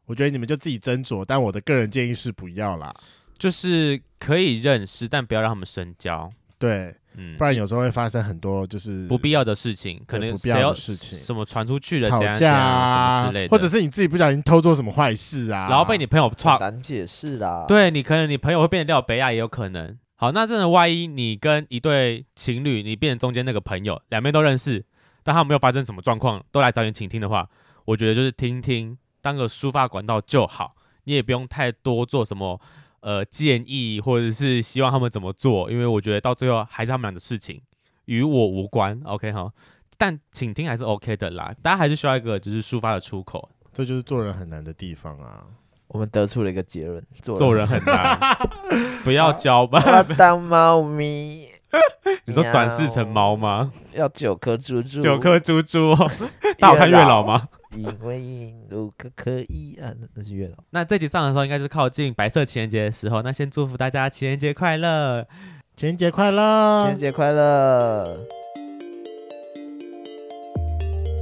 Speaker 1: 我觉得你们就自己斟酌。但我的个人建议是不要啦。
Speaker 2: 就是可以认识，但不要让他们深交。
Speaker 1: 对，
Speaker 2: 嗯
Speaker 1: 不，然有时候会发生很多就是
Speaker 2: 不必要的事情，可能
Speaker 1: 不必
Speaker 2: 谁
Speaker 1: 要
Speaker 2: 要
Speaker 1: 的事情
Speaker 2: 什么传出去了，
Speaker 1: 吵
Speaker 2: 怎样怎
Speaker 1: 架
Speaker 2: 样什
Speaker 1: 啊，
Speaker 2: 么之类的，
Speaker 1: 或者是你自己不小心偷做什么坏事啊，
Speaker 2: 然后被你朋友
Speaker 3: 很
Speaker 2: 抓，
Speaker 3: 难解释啦。，
Speaker 2: 对你可能你朋友会变成廖北亚也有可能。好，那真的万一你跟一对情侣，你变成中间那个朋友，两边都认识，但他们没有发生什么状况，都来找你倾听的话，我觉得就是听听，当个抒发管道就好，你也不用太多做什么呃建议，或者是希望他们怎么做，因为我觉得到最后还是他们俩的事情，与我无关。OK 哈，但倾听还是 OK 的啦，大家还是需要一个就是抒发的出口，
Speaker 1: 这就是做人很难的地方啊。
Speaker 3: 我们得出了一个结论：做
Speaker 2: 做
Speaker 3: *laughs*
Speaker 2: 人很难，不要教吧。，
Speaker 3: 要当猫咪
Speaker 2: 你说转世成猫吗？
Speaker 3: 要九颗猪猪，
Speaker 2: 九颗猪猪 *laughs* 哦，大家有看月老吗？
Speaker 3: 因为引入可可以啊，那那是月老。
Speaker 2: 那这集上的时候，应该是靠近白色情人节的时候。那先祝福大家情人节快乐！
Speaker 1: 情人节快
Speaker 3: 情
Speaker 1: 乐
Speaker 3: 人！节快乐！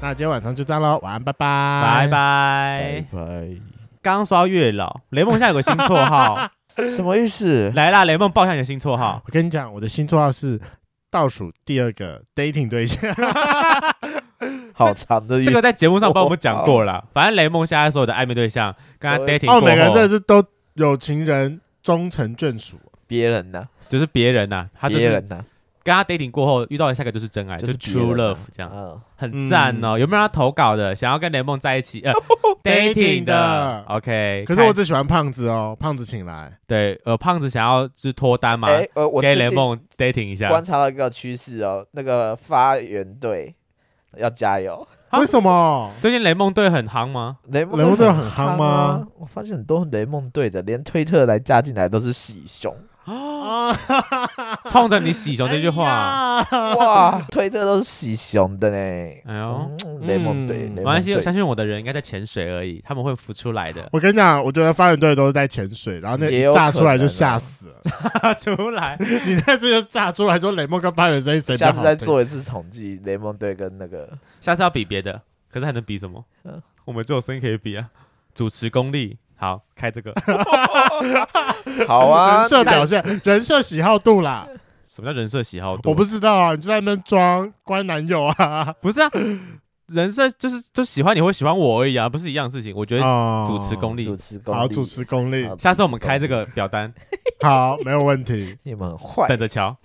Speaker 1: 那今天晚上就这样喽，晚安，拜拜，
Speaker 2: 拜
Speaker 3: 拜
Speaker 2: 拜。
Speaker 3: 拜。
Speaker 2: 刚刚说到月老，雷梦现在有个新绰 *laughs* 号，
Speaker 3: 什么意思？
Speaker 2: 来啦，雷梦报一下你的新绰 *laughs* 号。
Speaker 1: 我跟你讲，我的新绰号是倒数第二个 dating 对象。
Speaker 3: 好长的月
Speaker 2: 这个在节目上帮我们讲过了啦。反正雷梦现在所有的暧昧对象，跟他
Speaker 3: 对
Speaker 2: dating
Speaker 1: *laughs*
Speaker 2: 过
Speaker 1: 哦，
Speaker 2: 后，
Speaker 1: 每个人真的是都有情人终成眷属。
Speaker 3: 别人呐，
Speaker 2: 就是别人呐、他就
Speaker 3: 别
Speaker 2: 是
Speaker 3: 人呐，
Speaker 2: 跟他 dating 过后遇到的下一个就是真爱，就
Speaker 3: 就
Speaker 2: 是是
Speaker 3: 别人
Speaker 2: true
Speaker 3: 啊
Speaker 2: love 这样，
Speaker 3: 嗯，
Speaker 2: 很赞哦。有没有要投稿的？想要跟雷梦在一起呃 dating 的
Speaker 1: 的
Speaker 2: ？OK，
Speaker 1: 可是我
Speaker 2: 看
Speaker 1: 只喜欢胖子哦，胖子请来。
Speaker 2: 对呃胖子想要就是脱单嘛，
Speaker 3: 哎，呃，我
Speaker 2: 跟
Speaker 3: 最
Speaker 2: 雷
Speaker 3: 近
Speaker 2: 梦 dating 一下。
Speaker 3: 观察到一个趋势哦，那个发源队要加油。
Speaker 2: 啊
Speaker 1: 为什么？
Speaker 2: 最近雷梦队很夯
Speaker 3: *laughs*
Speaker 2: 吗？
Speaker 3: 雷
Speaker 1: 雷
Speaker 3: 梦
Speaker 1: 梦队
Speaker 3: 很
Speaker 1: 很夯
Speaker 3: 啊
Speaker 1: 吗？
Speaker 3: 我发现很多雷梦队的，连推特来加进来都是喜
Speaker 1: *laughs*
Speaker 3: 熊，
Speaker 1: 啊，
Speaker 2: 冲着你喜熊这句话，
Speaker 1: 哎呀，
Speaker 3: 哇，推特都是喜熊的呢。
Speaker 2: 哎呦，
Speaker 3: 嗯雷梦
Speaker 1: 嗯，
Speaker 3: 队，雷
Speaker 2: 没
Speaker 3: 梦
Speaker 2: 关系，我
Speaker 3: 队
Speaker 2: 相信我的人应该在潜水而已，他们会浮出来的
Speaker 1: *laughs* 我跟你讲，我觉得发源队都是在潜水，然后那
Speaker 3: 也
Speaker 1: 一
Speaker 3: 有
Speaker 1: 炸
Speaker 3: 可
Speaker 1: 出来就
Speaker 3: 能
Speaker 1: 吓
Speaker 3: 啊
Speaker 1: 死了。 *laughs*
Speaker 2: 出来。
Speaker 1: 你那次就炸出来说雷梦跟发源队谁的
Speaker 3: 下次
Speaker 1: 好
Speaker 3: 再
Speaker 1: 朋友 *laughs*
Speaker 3: 做一次统计，雷梦队跟那个
Speaker 2: 下次要比别的，可是还能比什么
Speaker 3: 嗯？
Speaker 2: 我们只有声音可以比啊，主持功力。好，开这个
Speaker 3: 好啊 *laughs*
Speaker 1: 人，设
Speaker 3: 那
Speaker 1: 表现、人设喜好度啦，
Speaker 2: 什么叫人设喜好度？
Speaker 1: 我不知道啊，你就在那边装乖男友啊，
Speaker 2: 不是啊，人设就是就喜欢你会喜欢我而已啊，不是一样的事情。我觉得
Speaker 1: 哦
Speaker 2: 主持功力，
Speaker 3: 主持功力，
Speaker 1: 好，主持功力
Speaker 3: 好，
Speaker 2: 下次我们开这，个表单，
Speaker 1: 好，没有问题。
Speaker 3: 你们很坏
Speaker 2: 等着瞧。